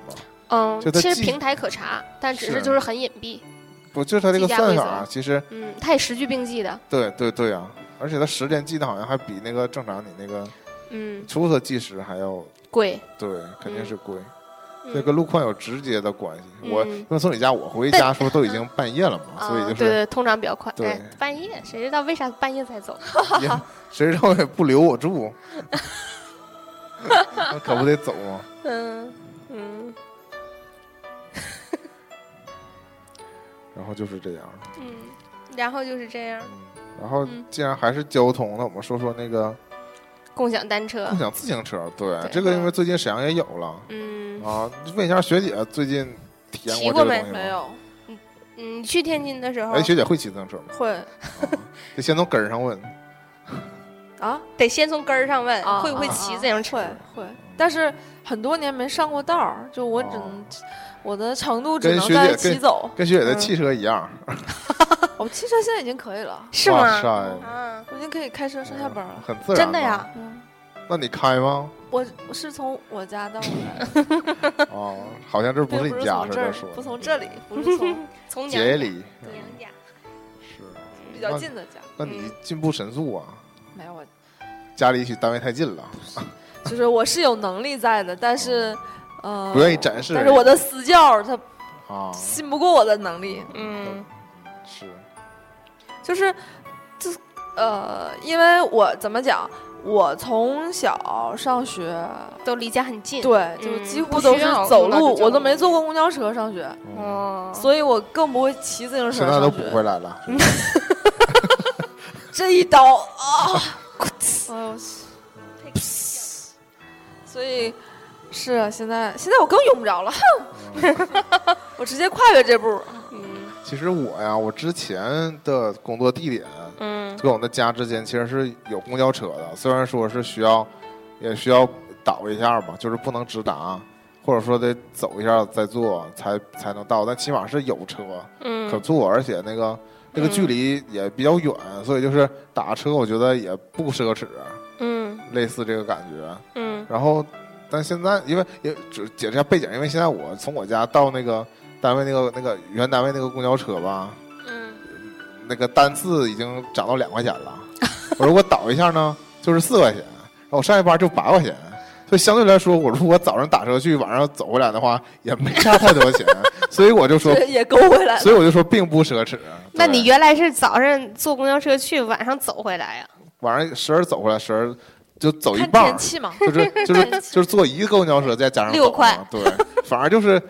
B: 嗯
A: 就，它
B: 其实
A: 计
B: 平台可查，但只
A: 是
B: 是就是很隐蔽，
A: 不，就是它这个
B: 计价
A: 算
B: 规
A: 法
B: 则
A: 啊，其实
B: 嗯，它也时序并进的，
A: 对对对啊，而且它时间记的好像还比那个正常你那个
B: 嗯，
A: 出租车计时还要
B: 贵，
A: 对，肯定是贵，
B: 嗯
A: 这跟路况有直接的关系。我
B: 嗯
A: 因为从你家我回
B: 但
A: 家的时候都已经半夜了嘛，
B: 啊，
A: 所以就
B: 对
A: 是
B: 对，通常比较快，
A: 对
B: 哎半夜谁知道为啥半夜才走？
A: 也谁知 啊 道也不留我住，那可不得走吗？
B: 嗯嗯
A: 然后就是这样的。
B: 嗯，然后就是这样，
A: 然后
B: 嗯
A: 既然还是交通，那我们说说那个
B: 共享单车
A: 共，享自行车。对，
B: 对
A: 这个因为最近沈阳也有了
B: 嗯
A: 啊。问一下学姐，最近体验
B: 骑
A: 这
B: 过
A: 个
B: 没
A: 东西
C: 没
A: 吗？
C: 有
B: 嗯，你去天津的时候
A: 哎，学姐会骑自行车吗？
C: 会
A: 得先从根儿上问。
C: 啊，
B: 得先从根儿上问
C: 啊
B: 会哦不会
C: 啊
B: 骑
C: 啊
B: 自行车，
C: 会会，但是很多年没上过道儿，就我只能、我的程度只
A: 哦跟
C: 能
A: 学
C: 在
A: 姐
C: 骑
A: 跟
C: 走。
A: 跟学姐的
C: 嗯
A: 汽车一样，
C: 我汽车现在已经可以了，
B: 是
A: 哇
B: 吗？
A: 塞，
B: 啊，
C: 我已经可以开车上下班了。
A: 很自然。
B: 真的？呀？
C: 嗯，
A: 那你开吗？
C: 我我是从我家到我 家的，
A: 哦，好像这
C: 并
A: 是
C: 不
A: 你
C: 是
A: 家
C: 从
A: 似
C: 这
A: 的
C: 儿
A: 说，的，
C: 不从这里，不 是从
B: 从娘
A: 节
B: 家
A: 里
B: 从娘家，
A: 是。
C: 比较近的家。
A: 那你进步神速啊！
C: 没有，我
A: 家离单位太近了，
C: 就是我是有能力在的，但是呃，
A: 哦不愿意展示
C: 但是我的私教他
A: 啊，
C: 信不过我的能力，
B: 嗯
A: 是
C: 就是这呃，因为我怎么讲，我从小上学，
B: 都离家很近。
C: 对，就
B: 嗯
C: 几
B: 不
C: 乎
B: 需
C: 都是
B: 要
C: 走
B: 用到
C: 路，
B: 这种
C: 我都没坐过公交车上学，
A: 哦，
B: 哦，
C: 所以我更不会骑自行车
A: 嗯现在都
C: 上
A: 补
C: 学。
A: 回来了。
C: 这一刀 啊！哎呦我去！所以是啊，现在现在我更用不着了，哼！
A: 哦
C: 我直接跨越这步。
B: 嗯
A: 其实我呀，我之前的工作地点
B: 嗯
A: 跟我的家之间其实是有公交车的，虽然说是需要，也需要倒一下吧，就是不能直达，或者说得走一下再坐才才能到，但起码是有车可
B: 嗯，
A: 坐，而且那个那个距离也比较远，所以就是打车我觉得也不奢侈，
B: 嗯
A: 类似这个感觉。
B: 嗯
A: 然后，但现在因为也只解释一下背景，因为现在我从我家到那个单位那个那个原单位那个公交车吧，
B: 嗯
A: 那个单次已经涨到两块钱了。我如果倒一下呢，就是四块钱，然后我上一班就八块钱，所以相对来说，我如果早上打车去，晚上走回来的话，也没差太多钱，所以我就说，
C: 对，也勾回来了。
A: 所以我就说并不奢侈。
B: 那
A: 对
B: 你原来是早上坐公交车去，晚上走回来呀？
A: 晚上十二走回来，十二就走一
C: 看
A: 半儿
C: 天，气嘛，
A: 就是就是就是坐一个公交车再加上
B: 六
A: 走嘛
B: 块，
A: 对，反而就是。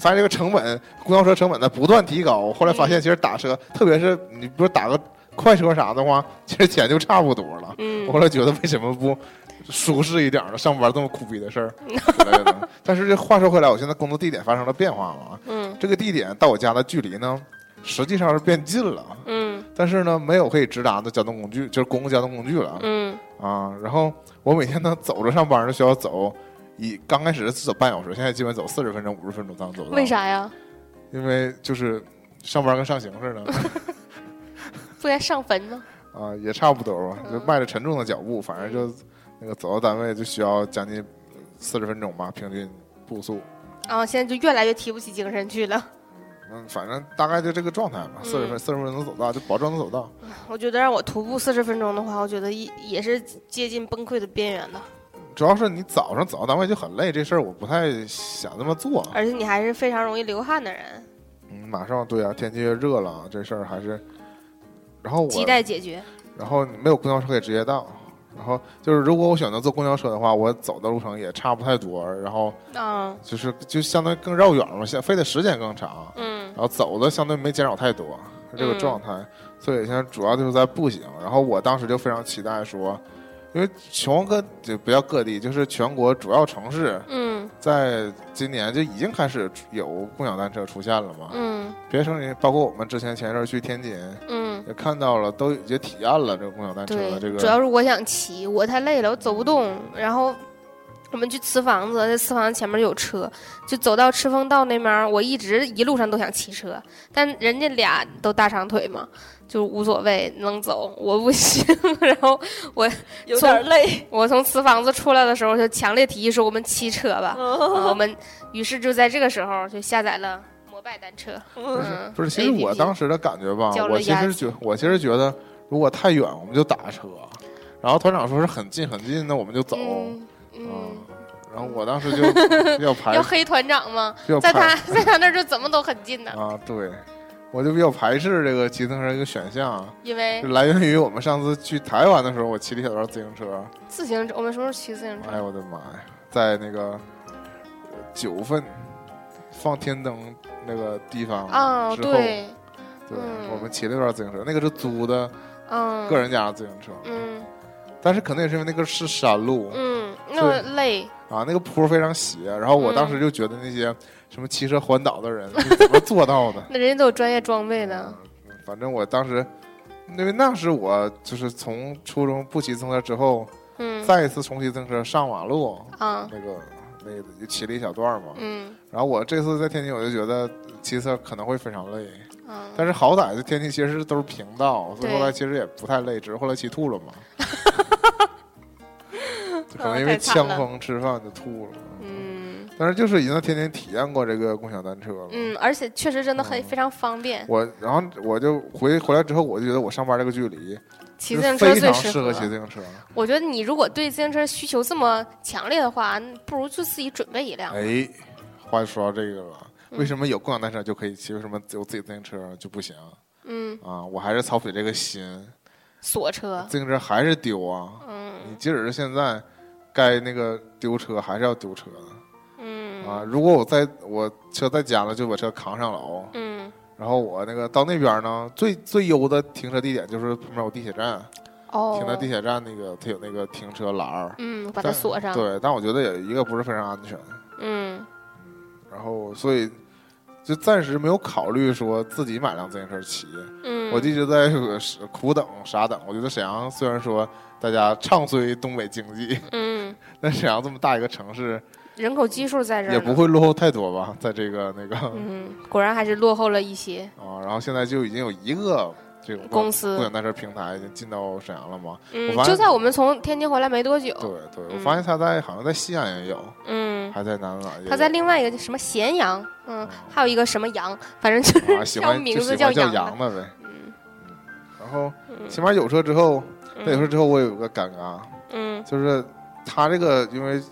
A: 发现这个成本，公交车成本在不断提高。我后来发现，其实打车，特别是你比如打个快车啥的话，其实钱就差不多了。
B: 嗯
A: 我后来觉得为什么不舒适一点儿呢？上班这么苦逼的事 儿之类的。但是这话说回来，我现在工作地点发生了变化嘛，
B: 嗯
A: 这个地点到我家的距离呢，实际上是变近了，啊
B: 嗯
A: 但是呢，没有可以直达的交通工具，就是公共交通工具了、
B: 嗯
A: 啊。然后我每天呢走着上班呢，需要走。以刚开始是走半小时，现在基本走四十分钟、五十分钟才能走到。
B: 为？啥呀？
A: 因为就是上班跟上刑似的
B: 不该上坟吗？
A: 啊，也差不多吧，就
B: 嗯
A: 迈着沉重的脚步，反正就那个走到单位就需要将近四十分钟吧，平均步速。
B: 啊，现在就越来越提不起精神去了。
A: 嗯，反正大概就这个状态嘛，四十
B: 嗯
A: 分四十分钟走到，就保证能走到。
B: 我觉得让我徒步四十分钟的话，我觉得也也是接近崩溃的边缘了。
A: 主要是你早上走到单位就很累，这事儿我不太想那么做。
B: 而且你还是非常容易流汗的人，
A: 嗯，马上对啊，天气越热了，这事儿还是。然后我
B: 亟待解决。
A: 然后没有公交车可以直接到。然后就是，如果我选择坐公交车的话，我走的路程也差不太多，然后
B: 啊，
A: 就是就相当于更绕远嘛，像飞的时间更长，
B: 嗯
A: 然后走的相对没减少太多这个
B: 嗯
A: 状态，所以现在主要就是在步行。然后我当时就非常期待说，因为全国就不要各地，就是全国主要城市
B: 嗯
A: 在今年就已经开始有共享单车出现了嘛，
B: 嗯
A: 别的城市包括我们之前前一阵儿去天津
B: 嗯，
A: 也看到了，都也体验啊了这个共享单车
B: 对
A: 的，这个
B: 主要是我想骑，我太累了，我走不动。然后我们去瓷房子，那瓷房子前面有车，就走到赤峰道那边儿，我一直一路上都想骑车，但人家俩都大长腿嘛，就无所谓，能走，我不行。 然后
C: 有点累。
B: 我从瓷房子出来的时候，就强烈提议说我们骑车 吧。
C: 嗯
B: 啊我们于是就在这个时候就下载了摩拜单车。
A: 不
B: 嗯
A: 是不是，其实我
B: APP
A: 当时的感觉吧
B: 交，了
A: 我其
B: 押
A: 实
B: 金
A: 觉我其实觉得，如果太远我们就打车，然后团长说是很近很近，那我们就走。
B: 嗯
A: 啊
B: 嗯，
A: 然后我当 时就要排
B: 要黑团长吗？
A: 要
B: 在他
A: 排
B: 在他那儿就怎么都很近呢，
A: 啊，对，我就比较排斥这个骑自行车这个选项，
B: 因为
A: 就来源于我们上次去台湾的时候，我骑了一小段自行车，哎
B: 自行车，我们什么时候骑自行车？
A: 哎呦我的妈呀，在那个九份放天灯那个地方
B: 啊，
A: 哦之后，
B: 对，
A: 对
B: 嗯
A: 我们骑了一段自行车，那个是租的
B: 嗯，
A: 个人家的自行车，
B: 嗯
A: 但是可能也是因为那个是山路
B: 嗯，那么累，？
A: 啊，那个坡非常斜，然后我当时就觉得那些什么骑车环岛的人是怎么做到的
B: 那人家都有专业装备的，
A: 嗯反正我当时，因为那是我就是从初中不骑自行车之后，
B: 嗯
A: 再一次重骑自行车上马路，
B: 啊，
A: 那个那个就骑了一小段儿嘛。
B: 嗯
A: 然后我这次在天津，我就觉得骑车可能会非常累，
B: 啊，
A: 但是好歹就天津其实都是平道，所以
B: 对
A: 后来其实也不太累，只是后来骑吐 了嘛。就可能因
B: 嗯太
A: 为
B: 惨
A: 呛
B: 了
A: 风吃饭就吐了，
B: 嗯
A: 但是就是已经在天津体验过这个共享单车了。
B: 嗯，而且确实真的很非常方便，
A: 哦我然后我就回回来之后，我就觉得我上班这个距离
B: 骑
A: 就是
B: 自行车
A: 非
B: 最
A: 常
B: 适
A: 适合
B: 合。
A: 骑自行车。
B: 我觉得你如果对自行车需求这么强烈的话，不如就自己准备一辆。
A: 哎，话就说到这个了，
B: 嗯
A: 为什么有共享单车就可以骑，为什么有自己自行车就不行
B: 嗯，
A: 啊？我还是操不起这个心，
B: 锁车。
A: 自行车还是丢啊！你
B: 嗯
A: 即使是现在该那个丢车，还是要丢车的
B: 嗯
A: 啊！如果我在我车在家了，就把车扛上楼，
B: 嗯，
A: 然后我那个到那边呢，最最优的停车地点就是旁边有地铁站，
B: 哦
A: 停在地铁站那个它有那个停车栏儿，
B: 嗯，把它
A: 但
B: 锁上。
A: 对，但我觉得也一个不是非常安全。
B: 嗯
A: 然后所以就暂时没有考虑说自己买辆自行车骑，
B: 嗯，
A: 我就一直在呃是苦等傻等。我觉得沈阳虽然说大家唱衰东北经济，
B: 嗯，
A: 但沈阳这么大一个城市，
B: 人口基数在这儿
A: 也
B: 呢
A: 不。会落后太多吧，在这个那个、
B: 嗯，果然还是落后了一些。
A: 啊，然后现在就已经有一个这种
B: 公司
A: 共享单车平台已经进到沈阳了嘛？
B: 嗯
A: 我发，现
B: 就在我们从天津回来没多久。
A: 对对，我
B: 嗯
A: 发现他在好像在西安也有，
B: 嗯，
A: 还在南安也有，
B: 他在另外一个什么咸阳，嗯
A: 哦，
B: 还有一个什么阳，反 正就是
A: 啊喜
B: 叫
A: 欢
B: 名
A: 就
B: 字
A: 喜欢
B: 叫
A: 叫
B: 羊
A: 羊的呗。
B: 嗯
A: 然后
B: 嗯
A: 起码有车之后，在有车
B: 嗯
A: 之后我有个尴尬，
B: 嗯，
A: 就是他这个因为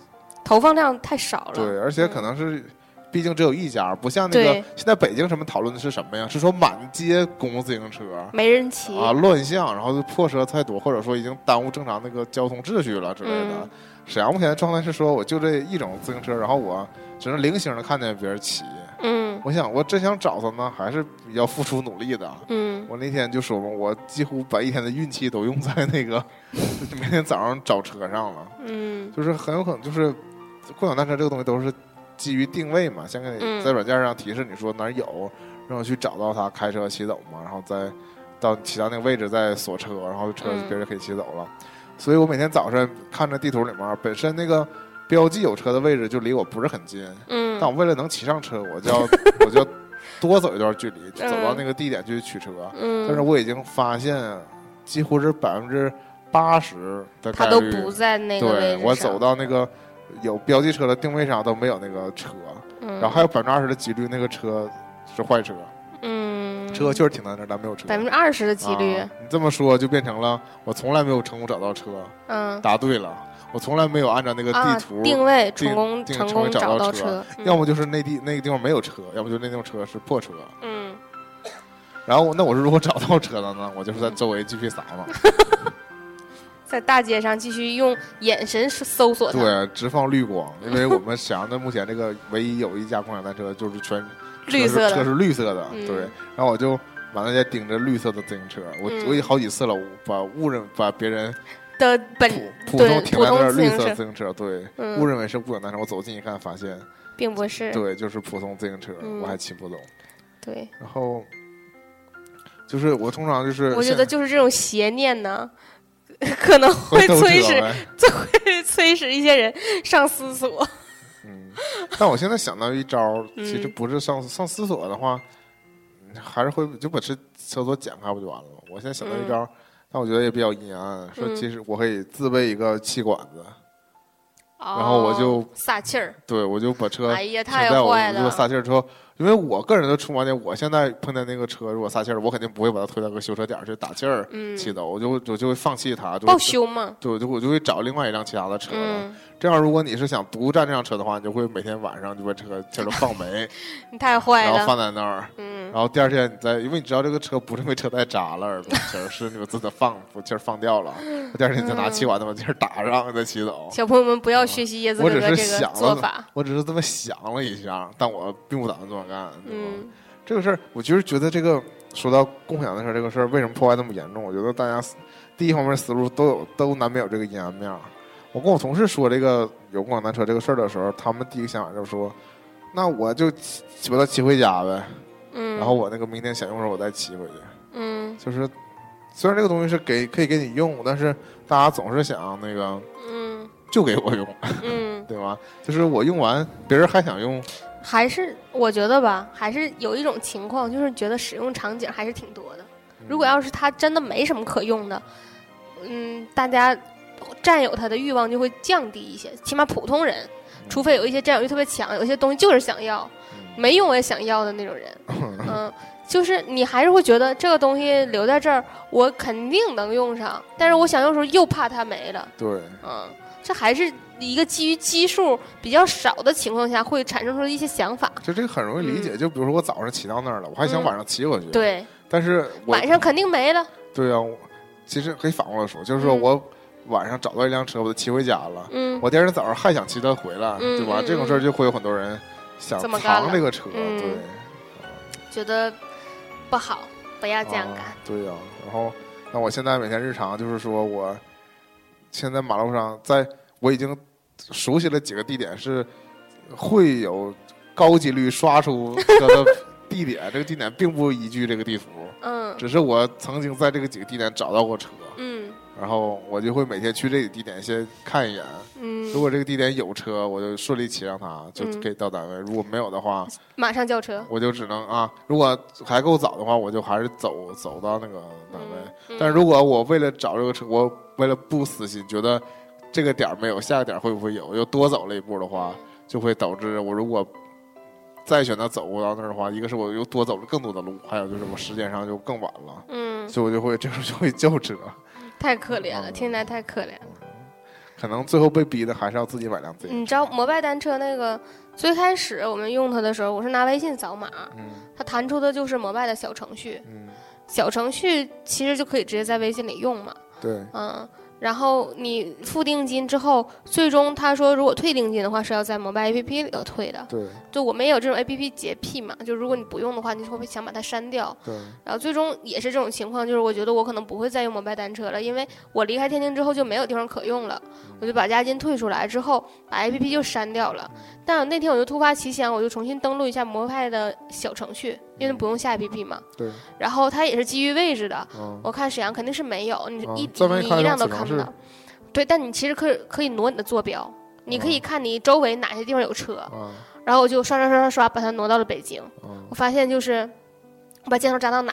B: 投放量太少了。
A: 对，而且可能是。毕竟只有一家，不像那个
B: 嗯对
A: 现在北京什么讨论的是什么呀？是说满街公共自行车
B: 没人骑。
A: 啊乱象，然后就破车太多，或者说已经耽误正常那个交通秩序了之类的。
B: 嗯
A: 沈阳目前的状态是说，我就这一种自行车，然后我只能零星的看见别人骑。
B: 嗯
A: 我想，我真想找他呢，还是比较付出努力的。
B: 嗯
A: 我那天就说嘛，我几乎把一天的运气都用在那个就每天早上找车上了，
B: 嗯
A: 就是很有可能就是共享单车这个东西都是基于定位嘛，先给
B: 嗯
A: 你在软件上提示你说哪儿有，让我去找到它，开车骑走嘛，然后再到骑到那个位置再锁车，然后车
B: 嗯
A: 别人就可以骑走了。所以我每天早上看着地图里面，本身那个标记有车的位置就离我不是很近，
B: 嗯
A: 但我为了能骑上车，我就要我就要多走一段距离，走到那个地点去取车。
B: 嗯，
A: 但是我已经发现，几乎是百分之八十的概
B: 他
A: 率，
B: 都不在那个位
A: 对
B: 置
A: 我
B: 上
A: 走，到那个有标记车的定位上都没有那个车，
B: 嗯、
A: 然后还有百分之二十的几率那个车是坏车，
B: 嗯，
A: 车确实停在那儿，但没有车。
B: 百分之二十的几率，
A: 啊你这么说就变成了我从来没有成功找到车，
B: 嗯
A: 答对了。我从来没有按照那个
B: 啊
A: 地图，
B: 定位
A: 定
B: 成功
A: 定
B: 成
A: 成
B: 功
A: 功找
B: 找
A: 到
B: 到
A: 车
B: 车，嗯
A: 要么就是那地那个地方没有车，要么就是那地方车是破车。
B: 嗯
A: 然后那我是如果找到车了呢，我就是
B: 嗯
A: 在周围继续撒 嘛，
B: 在大街上继续用眼神搜索它，
A: 对，直放绿光，因为我们沈阳的目前这个唯一有一家共享单车就是全
B: 绿
A: 车
B: 色
A: 是车
B: 的，
A: 是绿色的，
B: 嗯
A: 对。然后我就满大街盯着绿色的自行车，我、
B: 嗯
A: 我有好几次了，我把误认把别人
B: 的
A: 普
B: 本
A: 普
B: 哎对
A: 通停在那
B: 普
A: 儿
B: 通自
A: 绿
B: 行车
A: 色自行车，对，
B: 嗯
A: 误认为是共享单车，我走近一看发现，
B: 并不是
A: 对，就是普通自行车，
B: 嗯
A: 我还骑不懂。
B: 对
A: 然后就是我通常就是
B: 我觉
A: 现
B: 得就是这种邪念呢。 可能会
A: 都知道
B: 催使
A: 呗
B: 催使一些人上思索，
A: 嗯， 但我现在想到一招儿，
B: 嗯
A: 其实不是上上厕所的话，嗯还是会就把这厕所剪开不就完了吗？我现在想到一招儿，但我觉得也比较阴暗，说
B: 嗯
A: 其实我可以自备一个气管子，
B: 然
A: 后我就
B: 哦撒气儿，
A: 对我就把车
B: 哎呀，
A: 停
B: 太
A: 在我
B: 坏
A: 如果
B: 了，
A: 撒气儿之后，因为我个人的出发点，我现在碰见那个车如果撒气儿，我肯定不会把它推到个修车点儿去打气儿
B: 嗯，
A: 气的，我就我就会放弃它，就
B: 报修嘛，
A: 对，我就我就会找另外一辆其他的车了。
B: 嗯，
A: 这样，如果你是想独占这辆车的话，你就会每天晚上就把车气儿都放没，
B: 你太坏
A: 然后哦
B: 了，
A: 放在那儿。
B: 嗯，
A: 然后第二天你再，因为你知道这个车不是因为车胎扎了耳 朵气儿，是你把自己放气儿放掉了。第二天你再拿气管子把气儿打上再骑走。
B: 小朋友们不要学习嗯椰子
A: 我
B: 哥
A: 只
B: 哥
A: 是
B: 这个
A: 想
B: 做
A: 了
B: 法，，
A: 我只是这么想了一下，但我并不打算这么干。对吧
B: 嗯，
A: 这个事儿，我就是觉得这个说到共享的事儿，这个事儿为什么破坏那么严重？我觉得大家思第一方面思路都有，都难免有这个阴暗面儿。我跟我同事说这个有共享单车这个事儿的时候，他们第一个想法就是说，那我就骑骑把它骑回家呗，
B: 嗯，
A: 然后我那个明天想用的时候我再骑回去。
B: 嗯
A: 就是虽然这个东西是给可以给你用，但是大家总是想那个
B: 嗯
A: 就给我用，
B: 嗯，
A: 对吧？就是我用完，别人还想用，嗯
B: 还是我觉得吧，还是有一种情况，就是觉得使用场景还是挺多的。如
A: 嗯
B: 果要是它真的没什么可用的，嗯，大家占有它的欲望就会降低一些，起码普通人，除非有一些占有欲特别强，有一些东西就是想要，
A: 嗯
B: 没用我也想要的那种人，嗯，就是你还是会觉得这个东西留在这儿，我肯定能用上，但是我想用的时候又怕它没了，
A: 对。
B: 嗯，这还是一个基于基数比较少的情况下会产生出的一些想法，
A: 就这个很容易理解，就比如说我早上骑到那儿了，我还想晚上骑回去。，
B: 嗯对，
A: 但是我
B: 晚上肯定没了，
A: 对啊，我其实可以反过来说，就是说
B: 嗯
A: 我晚上找到一辆车，我就骑回家了，
B: 嗯
A: 我第二天早上还想骑它回来，
B: 嗯
A: 对吧？
B: 嗯
A: 这种事儿就会有很多人想
B: 这么干
A: 藏
B: 了
A: 这个车，
B: 嗯
A: 对，
B: 觉得不好，不要这样干。
A: 啊对呀、然后，那我现在每天日常就是说我现在马路上，在我已经熟悉了几个地点是会有高几率刷出车的地点，这个地点并不依据这个地图。
B: 嗯
A: 只是我曾经在这个几个地点找到过车，
B: 嗯
A: 然后我就会每天去这个地点先看一眼。如
B: 嗯，
A: 果这个地点有车，我就顺利骑上它，就
B: 嗯
A: 可以到单位；如果没有的话，
B: 马上叫车。
A: 我就只能啊，如果还够早的话，我就还是走走到那个单位。
B: 嗯
A: 但如果我为了找这个车，我为了不死心，觉得这个点儿没有，下个点儿会不会有，又多走了一步的话，就会导致我如果再选择走不到那儿的话，一个是我又多走了更多的路，还有就是我时间上就更晚了。
B: 嗯，
A: 所以我就会这时候就会叫车，
B: 太可怜了，
A: 嗯
B: 听起来太可怜了。
A: 可能最后被逼的还是要自己买辆自行
B: 你知道摩拜单车那个最开始我们用它的时候，我是拿微信扫码，
A: 车。嗯
B: 它弹出的就是摩拜的小程序，
A: 嗯，
B: 小程序其实就可以直接在微信里用嘛。
A: 对，
B: 嗯，然后你付定金之后，最终他说如果退定金的话是要在摩拜 APP 里头退的。
A: 对
B: 就我们也有这种 APP 洁癖嘛，就如果你不用的话，你就会想把它删掉。
A: 对，
B: 然后最终也是这种情况，就是我觉得我可能不会再用摩拜单车了，因为我离开天津之后就没有地方可用了，我就
A: 嗯
B: 把押金退出来之后，把 APP 就删掉了。但那天我就突发奇想，我就重新登录一下摩拜的小程序，因为不用下 APP 嘛。
A: 对。
B: 然后它也是基于位置的，
A: 嗯，
B: 我看沈阳肯定是没有，你
A: 嗯
B: 一、
A: 这边
B: 你
A: 看
B: 一
A: 这
B: 辆
A: 种
B: 都
A: 只
B: 看
A: 能是
B: 不到。对，但你其实可以可以挪你的坐标，你可以看你周围哪些地方有车，
A: 啊
B: 然后我就刷刷刷刷刷把它挪到了北京。
A: 嗯
B: 我发现就是我把箭头扎到哪，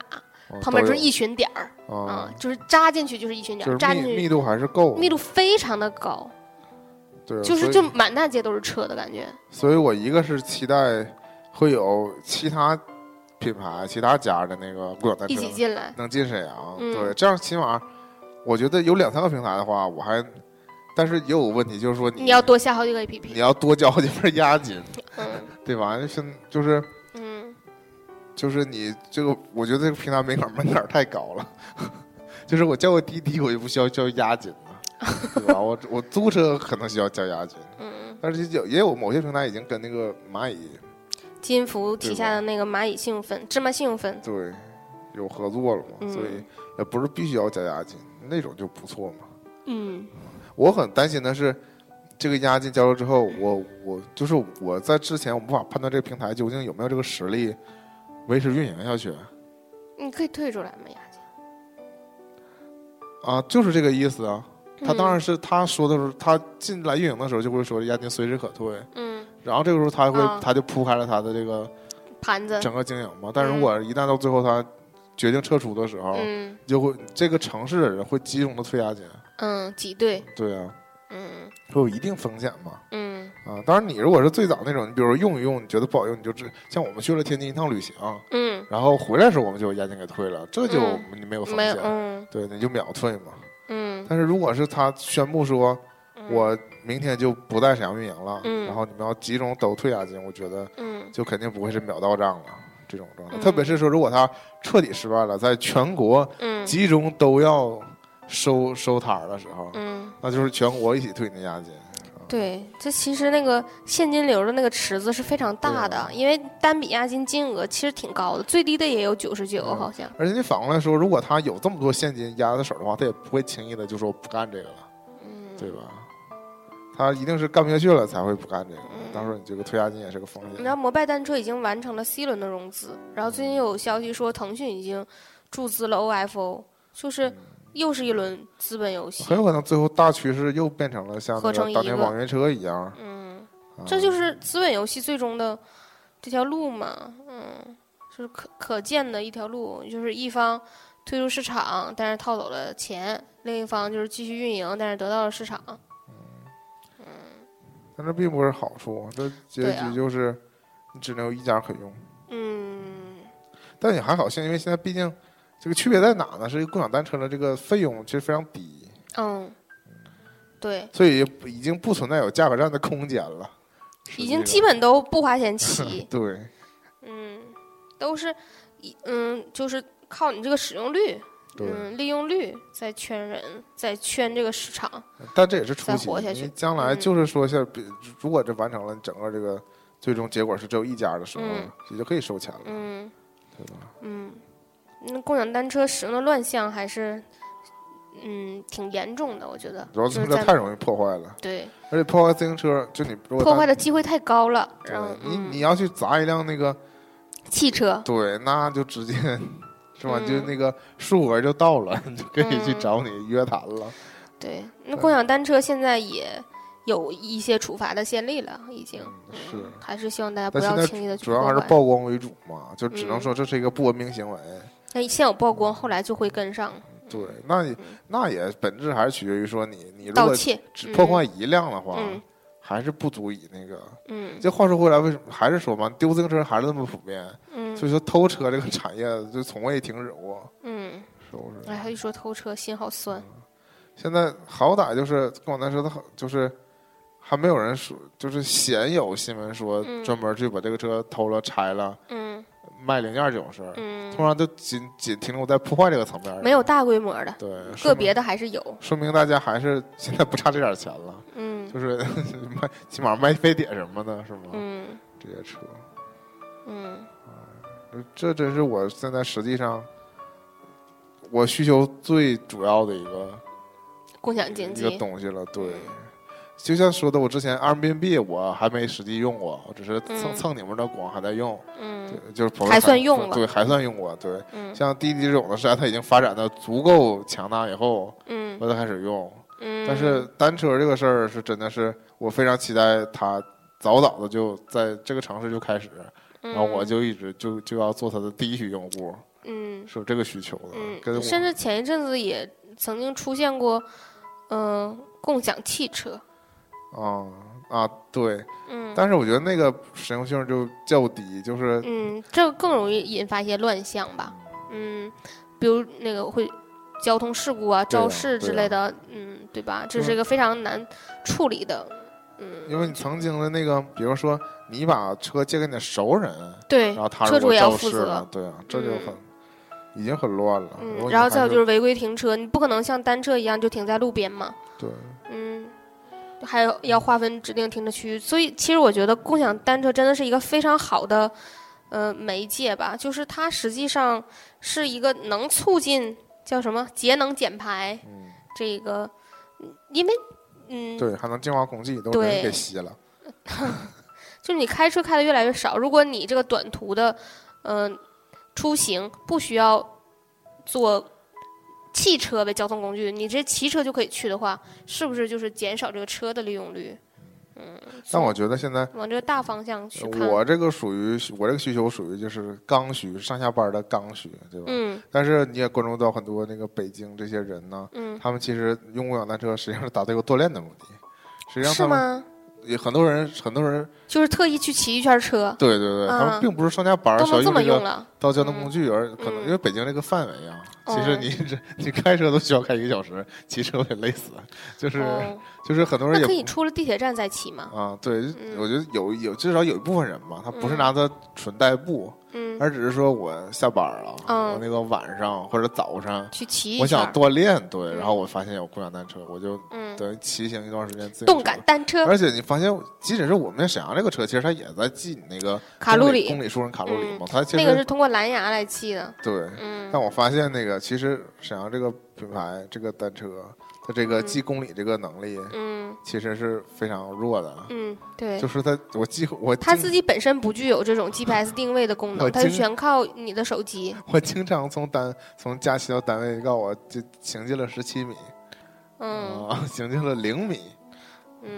A: 嗯
B: 旁边
A: 都
B: 就是
A: 有
B: 一群点儿，啊、
A: 啊，
B: 就是扎进去就是一群点
A: 就
B: 儿，扎
A: 是
B: 进
A: 密密
B: 去
A: 度还是够的，
B: 密度非常的高，
A: 对，
B: 就是
A: 所以
B: 就满大街都是车的感觉。
A: 所以我一个是期待会有其他品牌、其他家的那个共享单
B: 一起
A: 车
B: 进来，
A: 能进沈阳，
B: 嗯
A: 对，这样起码我觉得有两三个平台的话，我还，但是也有个问题，就是说你
B: 你要多下好几个
A: 你
B: APP。
A: 要多交几份押金，
B: 嗯
A: 对吧？现就是
B: 嗯
A: 就是你这个，我觉得这个平台门槛门槛太高了， 就是我叫个滴滴，我就不需要交押金了，对吧？我我租车可能需要交押金，
B: 嗯，
A: 但是有也有某些平台已经跟那个蚂蚁
B: 金服
A: 对
B: 旗
A: 吧
B: 下的那个蚂蚁信用分、芝麻信用分，
A: 对，有合作了嘛，
B: 嗯
A: 所以也不是必须要加押金，那种就不错嘛。
B: 嗯
A: 我很担心的是，这个押金交了之后，我我就是我在之前我无法判断这个平台究竟有没有这个实力维持运营下去
B: 你可以退出来嘛，押金。
A: 啊，就是这个意思啊。他当然
B: 嗯
A: 是他说的时候，他进来运营的时候就会说押金随时可退，
B: 嗯
A: 然后这个时候他会、
B: 啊
A: 他就铺开了他的这个
B: 盘子，
A: 整个经营嘛。但如果一旦到最后他决定撤出的时候，
B: 嗯
A: 就会这个城市的人会集中的退押金，
B: 嗯挤兑，
A: 对啊。
B: 嗯
A: 会有一定风险嘛。
B: 嗯
A: 啊，当然你如果是最早那种，你比如说用一用，你觉得不好用，你就只像我们去了天津一趟旅行，
B: 嗯，
A: 然后回来的时候我们就把押金给退了，这就
B: 嗯
A: 你没有风
B: 没有
A: 险，，
B: 嗯
A: 对，你就秒退嘛。
B: 嗯，
A: 但是如果是他宣布说，
B: 嗯
A: 我明天就不在沈阳运营了，
B: 嗯
A: 然后你们要集中都退押金，我觉得
B: 嗯
A: 就肯定不会是秒到账了，这种状态。
B: 嗯
A: 特别是说，如果它彻底失败了，在全国
B: 嗯
A: 集中都要收收摊儿的时候，
B: 嗯，
A: 那就是全国一起退你押金。
B: 对，这其实那个现金流的那个池子是非常大
A: 对
B: 的
A: 啊，
B: 因为单笔押金金额其实挺高的，最低的也有九十九，
A: 嗯
B: 好像。
A: 而且你反过来说，如果他有这么多现金压在手的话，他也不会轻易的就说不干这个了，
B: 嗯，
A: 对吧？他一定是干不下去了才会不干这个。
B: 嗯
A: 到时候你这个退押金也是个风
B: 你知道
A: 险。
B: 摩拜单车已经完成了 C 轮的融资，然后最近又有消息说腾讯已经注资了 OFO，就是又是一轮资本游戏
A: 嗯很。有可能最后大趋势又变成了像那
B: 合成
A: 个
B: 一
A: 当年
B: 个
A: 网约车一样，
B: 嗯，
A: 啊
B: 这就是资本游戏最终的这条路嘛，嗯，就是可可见的一条路，就是一方退出市场，但是套走了钱，另一方就是继续运营，但是得到了市场。
A: 但这并不是好处，这结
B: 对啊
A: 局就是你只能有一家可用。
B: 嗯，
A: 但也还好，现在因为现在毕竟这个区别在哪呢？是共享单车的这个费用其实非常低，
B: 嗯，对，
A: 所以也不已经不存在有价格战的空间了，
B: 已经
A: 实际
B: 基
A: 上，
B: 本都不花钱骑
A: 对。
B: 嗯，都是一嗯，就是靠你这个使用率，
A: 对，
B: 嗯，利用率在圈人，在圈这个市场。
A: 但这也是初
B: 再
A: 期，
B: 活下
A: 因为
B: 去
A: 将来
B: 嗯
A: 就是说，像比如果这完成了，整个这个最终结果是只有一家的时候
B: 嗯，
A: 也就可以收钱了，
B: 嗯
A: 对吧？
B: 嗯，那共享单车使用的乱象还是嗯挺严重的，我觉得。
A: 主要
B: 就是是
A: 这
B: 在
A: 太容易破坏了，
B: 对
A: 而且破坏自行车，就你如果
B: 破坏
A: 单
B: 的机会太高了，
A: 对
B: 然后
A: 你
B: 嗯
A: 你要去砸一辆那个，
B: 汽车，
A: 对，那就直接是吧？
B: 嗯
A: 就那个数额就到了， 你就可以去
B: 嗯
A: 找你约谈了。
B: 对，那共享单车现在也有一些处罚的先例了，已经。
A: 嗯
B: 嗯
A: 是
B: 还是希望大家不
A: 但现
B: 要
A: 在
B: 轻易的去
A: 主要
B: 破
A: 还是
B: 坏。
A: 曝光为主嘛，就只能
B: 嗯
A: 说这是一个不文明行为。
B: 那先有曝光，后来就会跟上
A: 对，那也
B: 嗯
A: 那也本质还是取决于说你你如
B: 盗
A: 果
B: 窃。
A: 只破坏一辆的话，
B: 嗯
A: 还是不足以那个。
B: 嗯
A: 这话说回来，为什么还是说嘛，丢自行车还是那么普遍？
B: 嗯
A: 所以说偷车这个产业就从未停止过，
B: 嗯，
A: 是不是？
B: 哎，他一说偷车，心好酸。
A: 现在好歹就是共享单车，它好就是还没有人说，就是鲜有新闻说
B: 嗯
A: 专门去把这个车偷了、拆了、
B: 嗯
A: 卖零件这种事儿，
B: 嗯，
A: 通常都仅仅停留在破坏这个层面儿。
B: 没有大规模的，
A: 对
B: 个
A: 说明
B: 别的还是有。
A: 说明大家还是现在不差这点钱了，
B: 嗯
A: 就是 卖起码卖非典什么的，是吗？
B: 嗯
A: 这些车。
B: 嗯
A: 这真是我现在实际上我需求最主要的一个
B: 共享经
A: 一个
B: 济。
A: 东西了。对，
B: 嗯
A: 就像说的，我之前 Airbnb 我还没实际用过，我只是蹭
B: 嗯
A: 蹭你们的光还在用，
B: 嗯
A: 对就是朋友
B: 还算用了
A: 对，还算用过。对，
B: 嗯
A: 像滴滴这种的，实在它已经发展的足够强大以后，
B: 嗯
A: 我才开始用。
B: 嗯。
A: 但是单车这个事儿是真的是我非常期待它早早的就在这个城市就开始，然后啊我就一直就就要做它的第一批用户。
B: 嗯
A: 是有这个需求的，跟我
B: 嗯，甚至前一阵子也曾经出现过，嗯、共享汽车。
A: 啊啊对，
B: 嗯
A: 但是我觉得那个实用性就较低，就是
B: 嗯，这个更容易引发一些乱象吧。嗯，比如那个会交通事故啊、
A: 对啊
B: 肇事之类的，嗯，对吧？这是一个非常难处理的。嗯，
A: 因为你曾经的那个，比如说你把车借给你的熟人，
B: 对
A: 然，后他
B: 哎车
A: 如
B: 主
A: 果
B: 也要
A: 肇
B: 负
A: 事
B: 责
A: 了，对啊，这就很已经很乱了。如
B: 嗯，
A: 果
B: 然后
A: 你
B: 再有
A: 还
B: 就是违规停车，你不可能像单车一样就停在路边嘛。
A: 对，
B: 嗯，还有要划分指定停车区，所以其实我觉得共享单车真的是一个非常好的呃媒介吧，就是它实际上是一个能促进叫什么节能减排
A: 嗯
B: 这个，嗯因为嗯，
A: 对，还能净化空气，都
B: 对
A: 人给吸了。
B: 就是你开车开的越来越少，如果你这个短途的嗯、呃出行不需要坐。汽车为交通工具，你这骑车就可以去的话，是不是就是减少这个车的利用率？嗯，
A: 但我觉得现在
B: 往这个大方向去看。
A: 呃我这个属于我这个需求属于就是刚需，上下班的刚需，对吧？
B: 嗯
A: 但是你也关注到很多那个北京这些人呢，
B: 嗯，
A: 他们其实用共享单车实际上是达到一个锻炼的目的。实际上
B: 是
A: 他们
B: 吗？
A: 也很多人，很多人，
B: 就是特意去骑一圈车，
A: 对对对，
B: 啊
A: 他们并不是上下班儿
B: 都
A: 需要
B: 能这
A: 用
B: 么
A: 这
B: 用
A: 个
B: 了。
A: 当交通工具，而可能
B: 嗯
A: 因为北京这个范围啊，
B: 哦
A: 其实你这你开车都需要开一个小时，骑车我也累死，就是
B: 哦，
A: 就是很多人
B: 那可以
A: 也
B: 出了地铁站再骑吗？
A: 啊，对
B: 嗯，
A: 我觉得有有至少有一部分人吧，他不是
B: 嗯
A: 拿它纯代步，
B: 嗯，
A: 而只是说我下班了，
B: 嗯
A: 我那个晚上或者早上，
B: 去骑一
A: 我
B: 圈
A: 想
B: 儿，
A: 锻炼，对，然后我发现有共享单车，我就
B: 嗯，
A: 等于骑行一段时间自行
B: 动
A: 车
B: 感。单车，
A: 而且你发现，即使是我们沈阳这个车，其实它也在记你那个
B: 卡路
A: 公里
B: 里
A: 公里数跟卡路里
B: 嗯
A: 嘛。它其
B: 那个
A: 实
B: 是通过蓝牙来骑的，
A: 对，
B: 嗯，
A: 但我发现那个其实沈阳这个品牌这个单车，它这个
B: 嗯
A: 记公里这个能力
B: 嗯
A: 其实是非常弱的。
B: 嗯，对
A: 就，是它，我几乎我
B: 它
A: 经
B: 自己本身不具有这种 GPS 定位的功
A: 我
B: 能，它是
A: 经
B: 全靠你的手机。
A: 我经常从单从假期到单位，告我就行进了十七米，
B: 嗯
A: 啊， 行进了零米，
B: 嗯，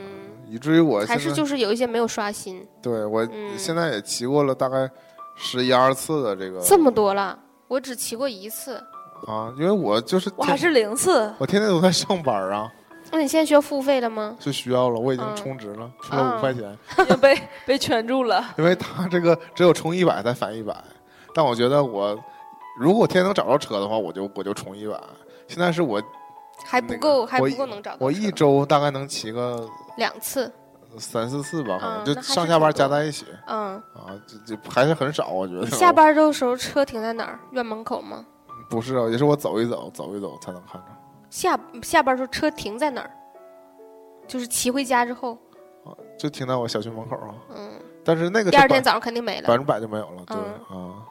A: 以至于我
B: 还
A: 现
B: 是
A: 在
B: 就是有一些没有刷新，
A: 对我
B: 嗯
A: 现在也骑过了大概十一二次的这个
B: 这么多了，我只骑过一次。
A: 啊，因为我就是
C: 我还
A: 天
C: 是零次，
A: 我天天都在上班啊，
B: 那你现在需要付费了吗？
A: 就需要了，我已经
B: 嗯
A: 充值了，充了
B: 嗯
A: 五块钱，
C: 因为被被圈住了。
A: 因为他这个只有充一百才返一百，但我觉得我如果我天天能找着车的话，我就我就充一百。现在是我
B: 还不
A: 那个
B: 够，还
A: 我
B: 不
A: 一
B: 够能找到
A: 我
B: 车
A: 一周大概能骑个
B: 两次，
A: 三四次吧，可能、
B: 嗯
A: 就
B: 那还是
A: 上下班
B: 挺多
A: 加在一起
B: 嗯，
A: 啊，这这还是很少，我觉得。
B: 你下班的时候车停在哪儿？院门口吗？
A: 不是啊，也是我走一走，走一走才能看着。
B: 下下班的时候车停在哪儿？就是骑回家之后，
A: 啊，就停在我小区门口啊，
B: 嗯，
A: 但是那个
B: 第
A: 是
B: 二天
A: 百
B: 早上肯定没
A: 百
B: 了，
A: 分之百就没有了，对啊、
B: 嗯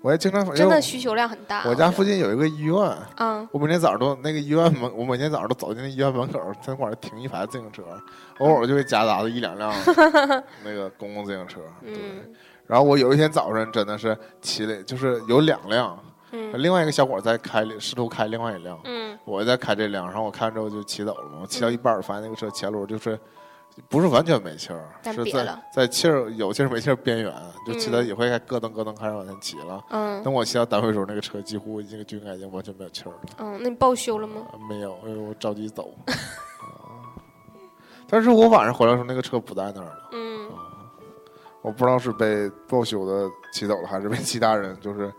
A: 我也经常，因
B: 真
A: 为
B: 的啊
A: 我
B: 需求量很大。
A: 我家
B: 觉
A: 附
B: 得，
A: 近有一个医院，
B: 嗯，
A: 我每天早上都那个医院门，我每天早上都走进那医院门口，餐馆停一排自行车，偶尔就会夹杂着一两 辆那个公共自行车。对，
B: 嗯
A: 然后我有一天早上真的是骑了，就是有两辆，
B: 嗯
A: 另外一个小伙在开，试图开另外一辆，
B: 嗯
A: 我在开这辆，然后我看之后就骑走了嘛。我骑到一半儿，发现那个车前轮就是不是完全没气儿，
B: 但
A: 是
B: 瘪
A: 在
B: 了
A: 在气儿有气儿没气儿边缘，就骑到
B: 嗯
A: 也会开咯噔咯噔开始往前骑了。
B: 嗯
A: 等我骑到单位的时候，那个车几乎这个就应该已经完全没有气儿了，
B: 嗯，那你报修了吗？
A: 啊没有，因为我着急走。 啊但是我晚上回来的时候，那个车不在那儿了，
B: 嗯
A: 我不知道是被报修的骑走了，还是被其他人就是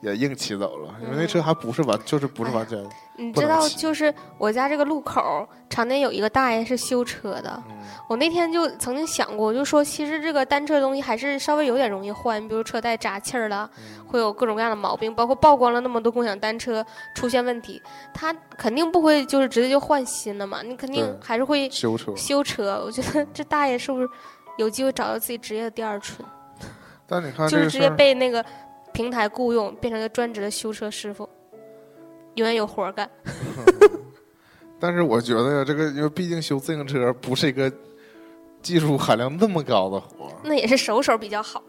A: 也硬骑走了，因为那
B: 嗯
A: 车还不是完，就是不是完全，
B: 你
A: 不
B: 知
A: 能
B: 道，
A: 骑
B: 就是我家这个路口常年有一个大爷是修车的。
A: 嗯
B: 我那天就曾经想过，我就说其实这个单车的东西还是稍微有点容易坏，你比如车带扎气儿了，
A: 嗯
B: 会有各种各样的毛病，包括曝光了那么多共享单车出现问题，它肯定不会就是直接就换新了嘛，你肯定
A: 对
B: 还是会
A: 修车。
B: 修车。我觉得这大爷是不是有机会找到自己职业的第二春？
A: 但你看
B: 就
A: 这
B: 是
A: 个
B: 直
A: 事
B: 接
A: 儿。
B: 被那个平台雇佣，变成一个专职的修车师傅，永远有活儿干。
A: 但是我觉得这个，因为毕竟修自行车不是一个技术含量那么高的活儿，
B: 那也是手手比较好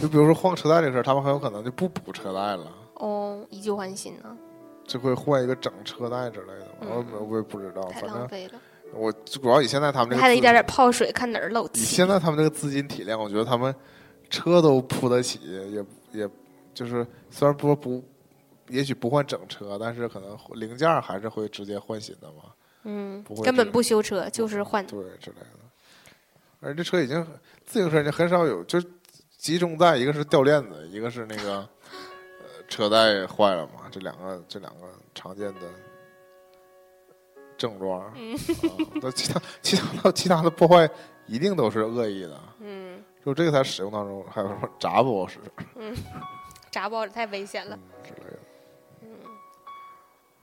A: 就比如说换车带这事儿，他们很有可能就不补车带了，
B: 哦，以旧换新呢，
A: 就会换一个整车带之类的。
B: 嗯
A: 我也没我也不知道，哦
B: 太
A: 反
B: 浪
A: 正
B: 费了。
A: 我主要以现在他们这
B: 你
A: 个
B: 还得一
A: 资
B: 点点泡水，看哪儿漏
A: 以
B: 气。
A: 现在他们这个资金体量，我觉得他们车都铺得起，也也就是虽然不不，也许不换整车，但是可能零件儿还是会直接换新的嘛。
B: 嗯
A: 不会，
B: 根
A: 这嗯
B: 本
A: 个
B: 不修车，就是换。
A: 哦对之类的。而这车已经自行车已经很少有，就集中在一个是掉链子，一个是那个呃车带坏了嘛，这两个这两个常见的症状。
B: 嗯
A: 啊，那其他其他的其他的破坏一定都是恶意的，
B: 嗯，
A: 就这个在使用当中还有什么闸不好使
B: 炸爆了太危险了。
A: 之类的，
B: 嗯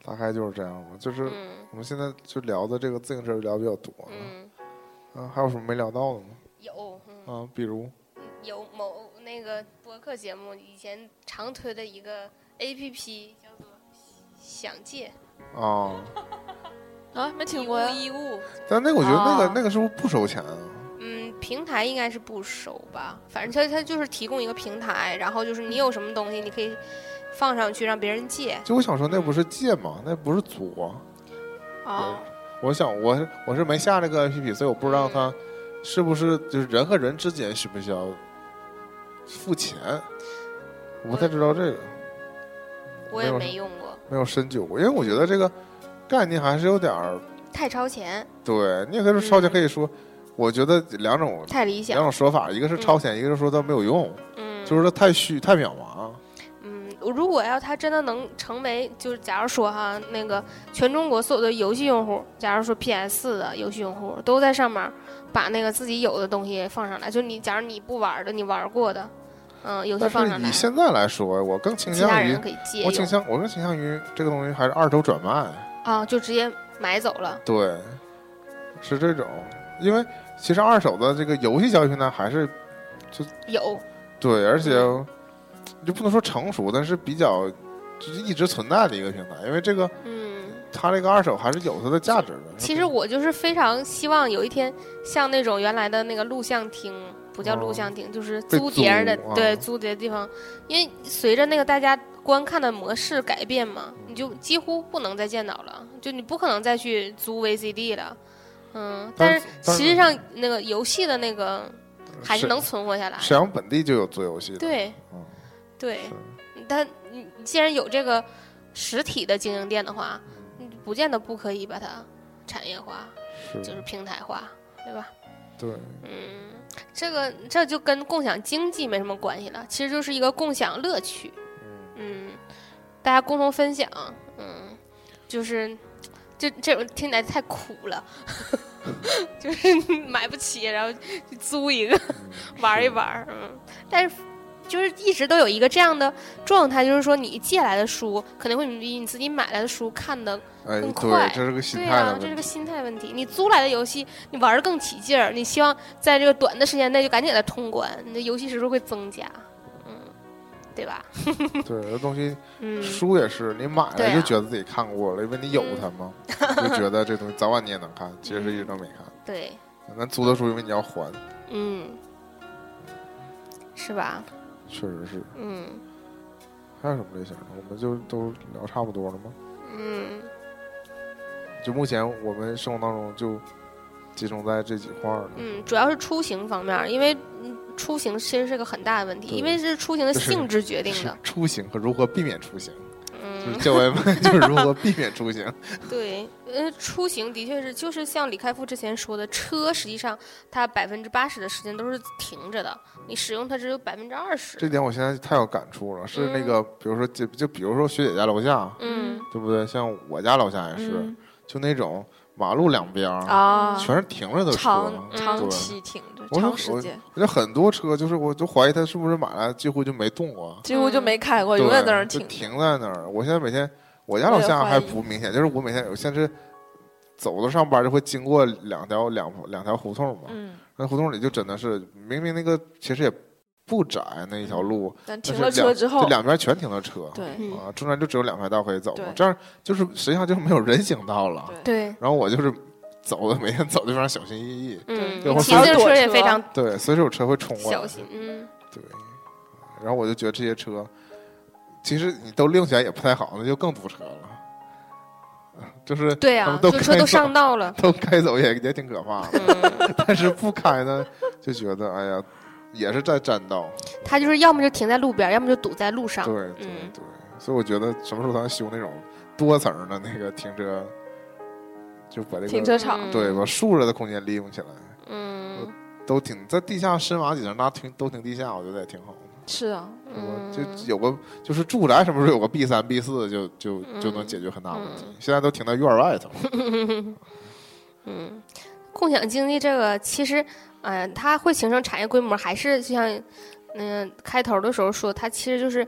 A: 大概就是这样吧。就是
B: 嗯
A: 我们现在就聊的这个自行车聊比较多啊，
B: 嗯，
A: 啊，还有什么没聊到的吗？
B: 有嗯
A: 啊，比如
B: 有某那个播客节目以前常推的一个 A P P 叫做想借
A: 啊。
C: 啊，没听
B: 一
C: 过
B: 物
C: 呀。
B: 一物，
A: 但那个我觉得那个、
C: 哦
A: 那个是不是不收钱啊？
B: 嗯，平台应该是不收吧，反正它它就是提供一个平台，然后就是你有什么东西你可以放上去让别人借。
A: 就我想说，那不是借吗？那不是租啊。
C: 啊，
A: 我想我是我是没下这个 APP，所以我不知道
B: 嗯
A: 它是不是就是人和人之间需不需要付钱，我不太知道这个，
B: 我也
A: 没有
B: 没用过，
A: 没有深究过，因为我觉得这个概念还是有点儿。
B: 太超前，
A: 对你也可以说超前，
B: 嗯
A: 可以说，我觉得两种
B: 太理
A: 两
B: 想。
A: 种说法，一个是超前，一个是说它没有用，
B: 嗯，
A: 就是它太虚太渺茫。
B: 嗯，如果要它真的能成为，就是假如说哈，那个全中国所有的游戏用户，假如说 PS 的游戏用户都在上面把那个自己有的东西放上来，就你假如你不玩的，你玩过的，嗯，有些
A: 但
B: 放上
A: 是
B: 来
A: 以
B: 了，
A: 现在来说，我更倾
B: 其他
A: 向于
B: 人可以借
A: 我倾
B: 用
A: 向，我更倾向于这个东西还是二手转卖。
B: 啊，就直接买走了。
A: 对，是这种，因为其实二手的这个游戏交易平台还是
B: 有，
A: 对，而且就不能说成熟，但是比较就是一直存在的一个平台，因为这个
B: 嗯，
A: 它这个二手还是有它的价值的。
B: 其实我就是非常希望有一天像那种原来的那个录像厅，不叫录
A: 哦
B: 像厅，就是
A: 被
B: 租碟儿的，
A: 租啊
B: 对，租碟的地方，因为随着那个大家观看的模式改变嘛，你就几乎不能再见到了，就你不可能再去租 VCD 了。嗯，但
A: 但
B: 是
A: 但
B: 实际上那个游戏的那个还是
A: 沈
B: 能存活下来。
A: 沈阳本地就有做游戏的，
B: 对
A: 啊嗯，
B: 对，但你既然有这个实体的经营店的话，你不见得不可以把它产业化，
A: 是
B: 就是平台化，对吧？
A: 对，
B: 嗯，这个这就跟共享经济没什么关系了，其实就是一个共享乐趣。 嗯，大家共同分享，嗯，就是这这种听起来太苦了， 就是 买不起，然后就租一个玩一玩儿，嗯，但是。就是一直都有一个这样的状态，就是说你借来的书可能会比你自己买来的书看的
A: 哎，
B: 更快
A: 对，这是个心
B: 对
A: 态
B: 啊
A: 的，
B: 这是
A: 问
B: 个
A: 题。
B: 心态问题。你租来的游戏，你玩的更起劲儿，你希望在这个短的时间内就赶紧给它通关，你的游戏时数会增加，嗯，对吧？
A: 对，这东西
B: 嗯，
A: 书也是，你买
B: 对
A: 了
B: 啊嗯
A: 就觉得自己看过了，因为你有它嘛，就觉得这东西早晚你也能看，其实一直都没看。
B: 对，
A: 那租的书因为你要还，
B: 嗯，是吧？
A: 确实是。
B: 嗯
A: 还有什么类型的？我们就都聊差不多了吗？
B: 嗯，
A: 就目前我们生活当中就集中在这几块儿了。
B: 嗯，主要是出行方面儿，因为嗯出行其实是个很大的问题，
A: 对
B: 因为是出行的
A: 就是
B: 性质决定
A: 是
B: 的。
A: 出行和如何避免出行， 就是
B: 嗯，
A: 教外卖，就是如何避免出行。
B: 对，呃，出行的确是，就是像李开复之前说的，车实际上它百分之八十的时间都是停着的，你使用它只有百分之二
A: 这
B: 十。
A: 点我现在太有感触了，是那
B: 嗯
A: 个，比如说就就比如说学姐家楼下，
B: 嗯，
A: 对不对？像我家楼下也是，
C: 嗯
A: 就那种马路两边
B: 哦
A: 儿
C: 啊，
A: 全是停着的车，
C: 长长
A: 对
C: 期停着，
A: 我嗯
C: 长
A: 说
C: 时间，
A: 我觉得很多车就是我就怀疑他是不是买来几乎就没动过。
C: 几乎就没开过，
A: 对，
C: 永远在那儿
A: 就
C: 停着。
A: 停在那儿。我现在每天，我家楼下还不明显，就是我每天我现在是走着上班就会经过两条两两条胡同嘛，
C: 嗯，
A: 那胡同里就真的是明明那个其实也不窄那一条路，
C: 但
A: 但
C: 停
A: 是
C: 了车
A: 两
C: 之后
A: 就，两边全停了车，
C: 嗯对
B: 嗯
A: 啊，中间就只有两排道可以走嘛
C: 对，
A: 这样就是实际上就是没有人行道了。
C: 对
B: 对，
A: 然后我就是走的每天走的非常小心翼翼，
B: 嗯，
A: 对我
B: 骑
A: 发
B: 自
A: 现
B: 行车也非常
A: 对，随手车会冲过来，
B: 小心，嗯，
A: 对，然后我就觉得这些车，其实你都利用起来也不太好，那就更堵车了。 就是
B: 对
A: 他
B: 啊，
A: 们都
B: 就车
A: 开
B: 都
A: 走
B: 上道了，
A: 都开走也也挺可怕的，
B: 嗯，
A: 但是不开呢，就觉得哎呀，也是在占道。
B: 他就是要么就停在路边儿，要么就堵在路上
A: 对，对
B: 嗯
A: 对，所以我觉得什么时候咱修那种多层儿的那个停车，就把这个
C: 停车场，
B: 嗯
A: 对把竖着的空间利用起来，
B: 嗯
A: 都挺在地下深挖几层，那停都停地下，我觉得也挺好的。
C: 是啊，
A: 是吧？
B: 嗯，
A: 就有个就是住宅什么时候有个 B 三 B 四，就就就能
B: 嗯
A: 解决很大问题
B: 嗯。
A: 现在都停到院儿外头，
B: 嗯，共享经济这个其实，呃，它会形成产业规模，还是就像嗯、开头的时候说，它其实就是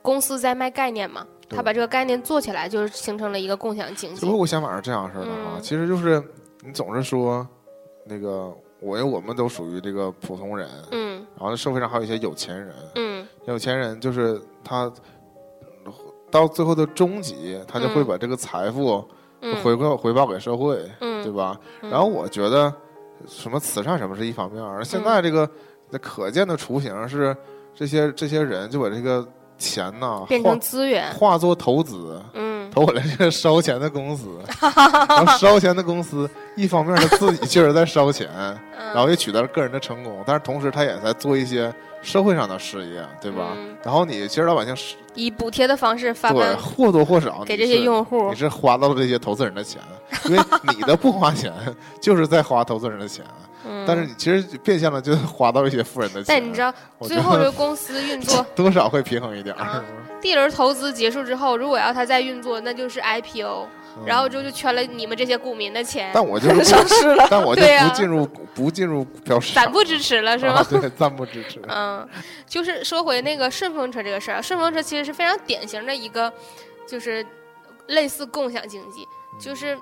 B: 公司在卖概念嘛，
A: 对
B: 它把这个概念做起来，就是形成了一个共享经
A: 只
B: 济
A: 不。过我想法是这样式的哈，
B: 嗯
A: 啊其实就是你总是说那个我，因为我们都属于这个普通人，
B: 嗯
A: 然后社会上还有一些有钱人，
B: 嗯
A: 有钱人就是他到最后的终极，他就会
B: 嗯
A: 把这个财富
B: 嗯
A: 回馈回报给社会，对
B: 嗯，
A: 吧？
B: 嗯
A: 然后我觉得什么慈善什么是一方面儿，而现在这
B: 嗯
A: 个那可见的雏形是这些这些人就把这个钱呐
B: 变成资源
A: 化，化作投资。
B: 嗯
A: 投我来这个烧钱的公司，然后烧钱的公司一方面他自己确实在烧钱，
B: 嗯
A: 然后也取得了个人的成功，但是同时他也在做一些社会上的事业，对吧？
B: 嗯
A: 然后你其实老百姓是
B: 以补贴的方式发
A: 对
B: 放
A: 或多或少
B: 给
A: 你
B: 这些
A: 是
B: 用户
A: 你。是花到了这些投资人的钱， 因为你的不花钱就是在花投资人的钱，
B: 嗯
A: 但是你其实变相的就是花到一些富人的钱。
B: 但你知道，
A: 我觉
B: 最
A: 得
B: 后这个公司运作
A: 多少会平衡一点儿、
B: 啊 D 轮投资结束之后，如果要它再运作，那就是 IPO，
A: 嗯
B: 然后之后就圈了你们这些股民的钱。
A: 但我 就是不
C: 消失了。
A: 但我就
B: 对啊呀
A: 不进入不进入股票市场，
B: 咱不支持了是
A: 啊
B: 吗？
A: 对， 暂不支持。
B: 嗯，就是说回那个顺风车这个事儿啊，顺风车其实是非常典型的一个，就是类似共享经济，就是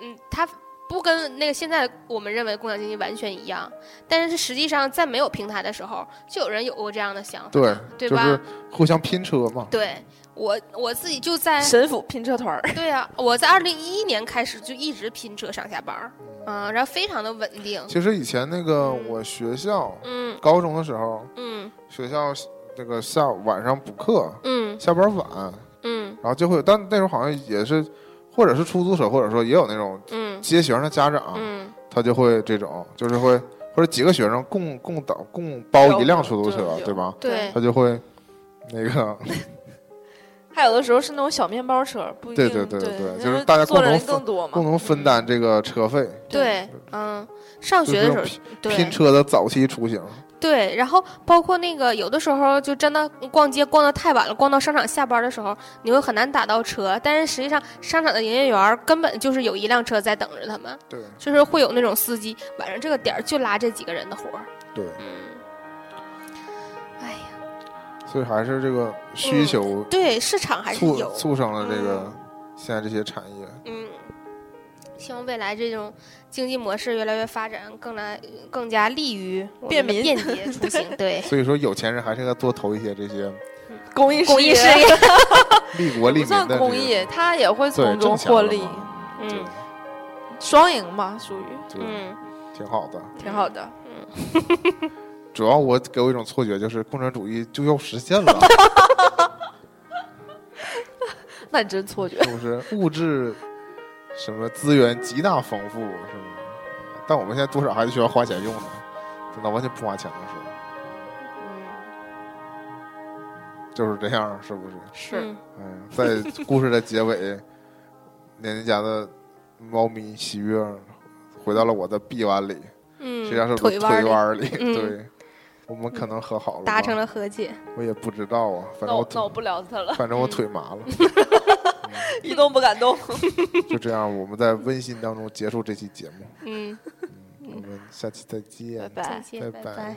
B: 嗯，它不跟那个现在我们认为共享经济完全一样，但是实际上在没有平台的时候，就有人有过这样的想法，
A: 对，
B: 对
A: 就
B: 吧
A: 是互相拼车嘛。
B: 对我我自己就在
C: 神府拼车团儿，
B: 对啊，我在二零一一年开始就一直拼车上下班儿，嗯，然后非常的稳定，
A: 其实以前那个
B: 嗯
A: 我学校
B: 嗯
A: 高中的时候，
B: 嗯
A: 学校那个下午晚上补课，
B: 嗯
A: 下班晚，
B: 嗯
A: 然后就会有，但那时候好像也是，或者是出租车，或者说也有那种
B: 嗯
A: 接学生的家长，
B: 嗯，
A: 他就会这种，就是会或者几个学生共共导共包一辆出租车
C: 有，有
A: 对吧？
B: 对
A: 他就会那个，
C: 还有的时候是那种小面包车，不一定
A: 对对对
C: 对
A: 对
C: 那
A: 就是
C: 时候
A: 大家
C: 坐
A: 共同
C: 的人
A: 分
C: 更多
A: 共
C: 嘛。
A: 同分担这个车费，
B: 对，嗯，上
A: 就
B: 学
A: 是这
B: 的时
A: 种
B: 候
A: 拼
B: 对
A: 拼车的早期雏形。
B: 对，然后包括那个有的时候就真的逛街逛的太晚了，逛到商场下班的时候，你会很难打到车。但是实际上，商场的营业员儿根本就是有一辆车在等着他们，
A: 对
B: 就是会有那种司机晚上这个点儿就拉这几个人的活儿。
A: 对，
B: 嗯，哎呀，
A: 所以还是这个
C: 嗯
A: 需求
B: 对，市场还是
A: 促
B: 有，
A: 促成了这个现在这些产业。
B: 嗯。希望未来这种经济模式越来越发展，更来呃更加利于我
C: 便
B: 们的
C: 民
B: 便捷 出行。对，
A: 所以说，有钱人还是应该多投一些这些
C: 公益
B: 公益事
C: 业
B: 业，
A: 利国利民的
C: 不算
A: 这
C: 公
A: 个，
C: 益，他也会
A: 对
C: 从
A: 挣
C: 中
A: 钱
C: 获
A: 了
C: 利，
A: 嘛，对
B: 嗯
C: 双赢嘛，属于
A: 对，
B: 嗯，
A: 挺好的。
C: 挺好的。
A: 主要我给我一种错觉，就是共产主义就要实现 了，
C: 那你真错觉，
A: 是不是？物质什么资源极大丰富，是吗？但我们现在多少还是需要花钱用的。等到完全不花钱的时候，
B: 嗯
C: 嗯
A: 就是这样，是不是？
C: 是
B: 嗯
A: 嗯，在故事的结 尾，年年家的猫咪喜悦回到了我的臂弯里，
B: 嗯，
A: 实际上是我的
B: 腿
A: 腿
B: 弯儿
A: 弯里。
B: 嗯
A: 对，我们可能和好了，
B: 达成，了和解。
A: 我也不知道啊，反
C: 那
A: 正我
C: 我
A: 腿
C: 那我不聊他了，
A: 反正我腿麻 了。
C: 一动不敢 动。
A: 就这样，我们在温馨当中结束这期节目，
B: 嗯，
A: 我们下期再见。
B: 再见，
A: 拜拜
B: 拜。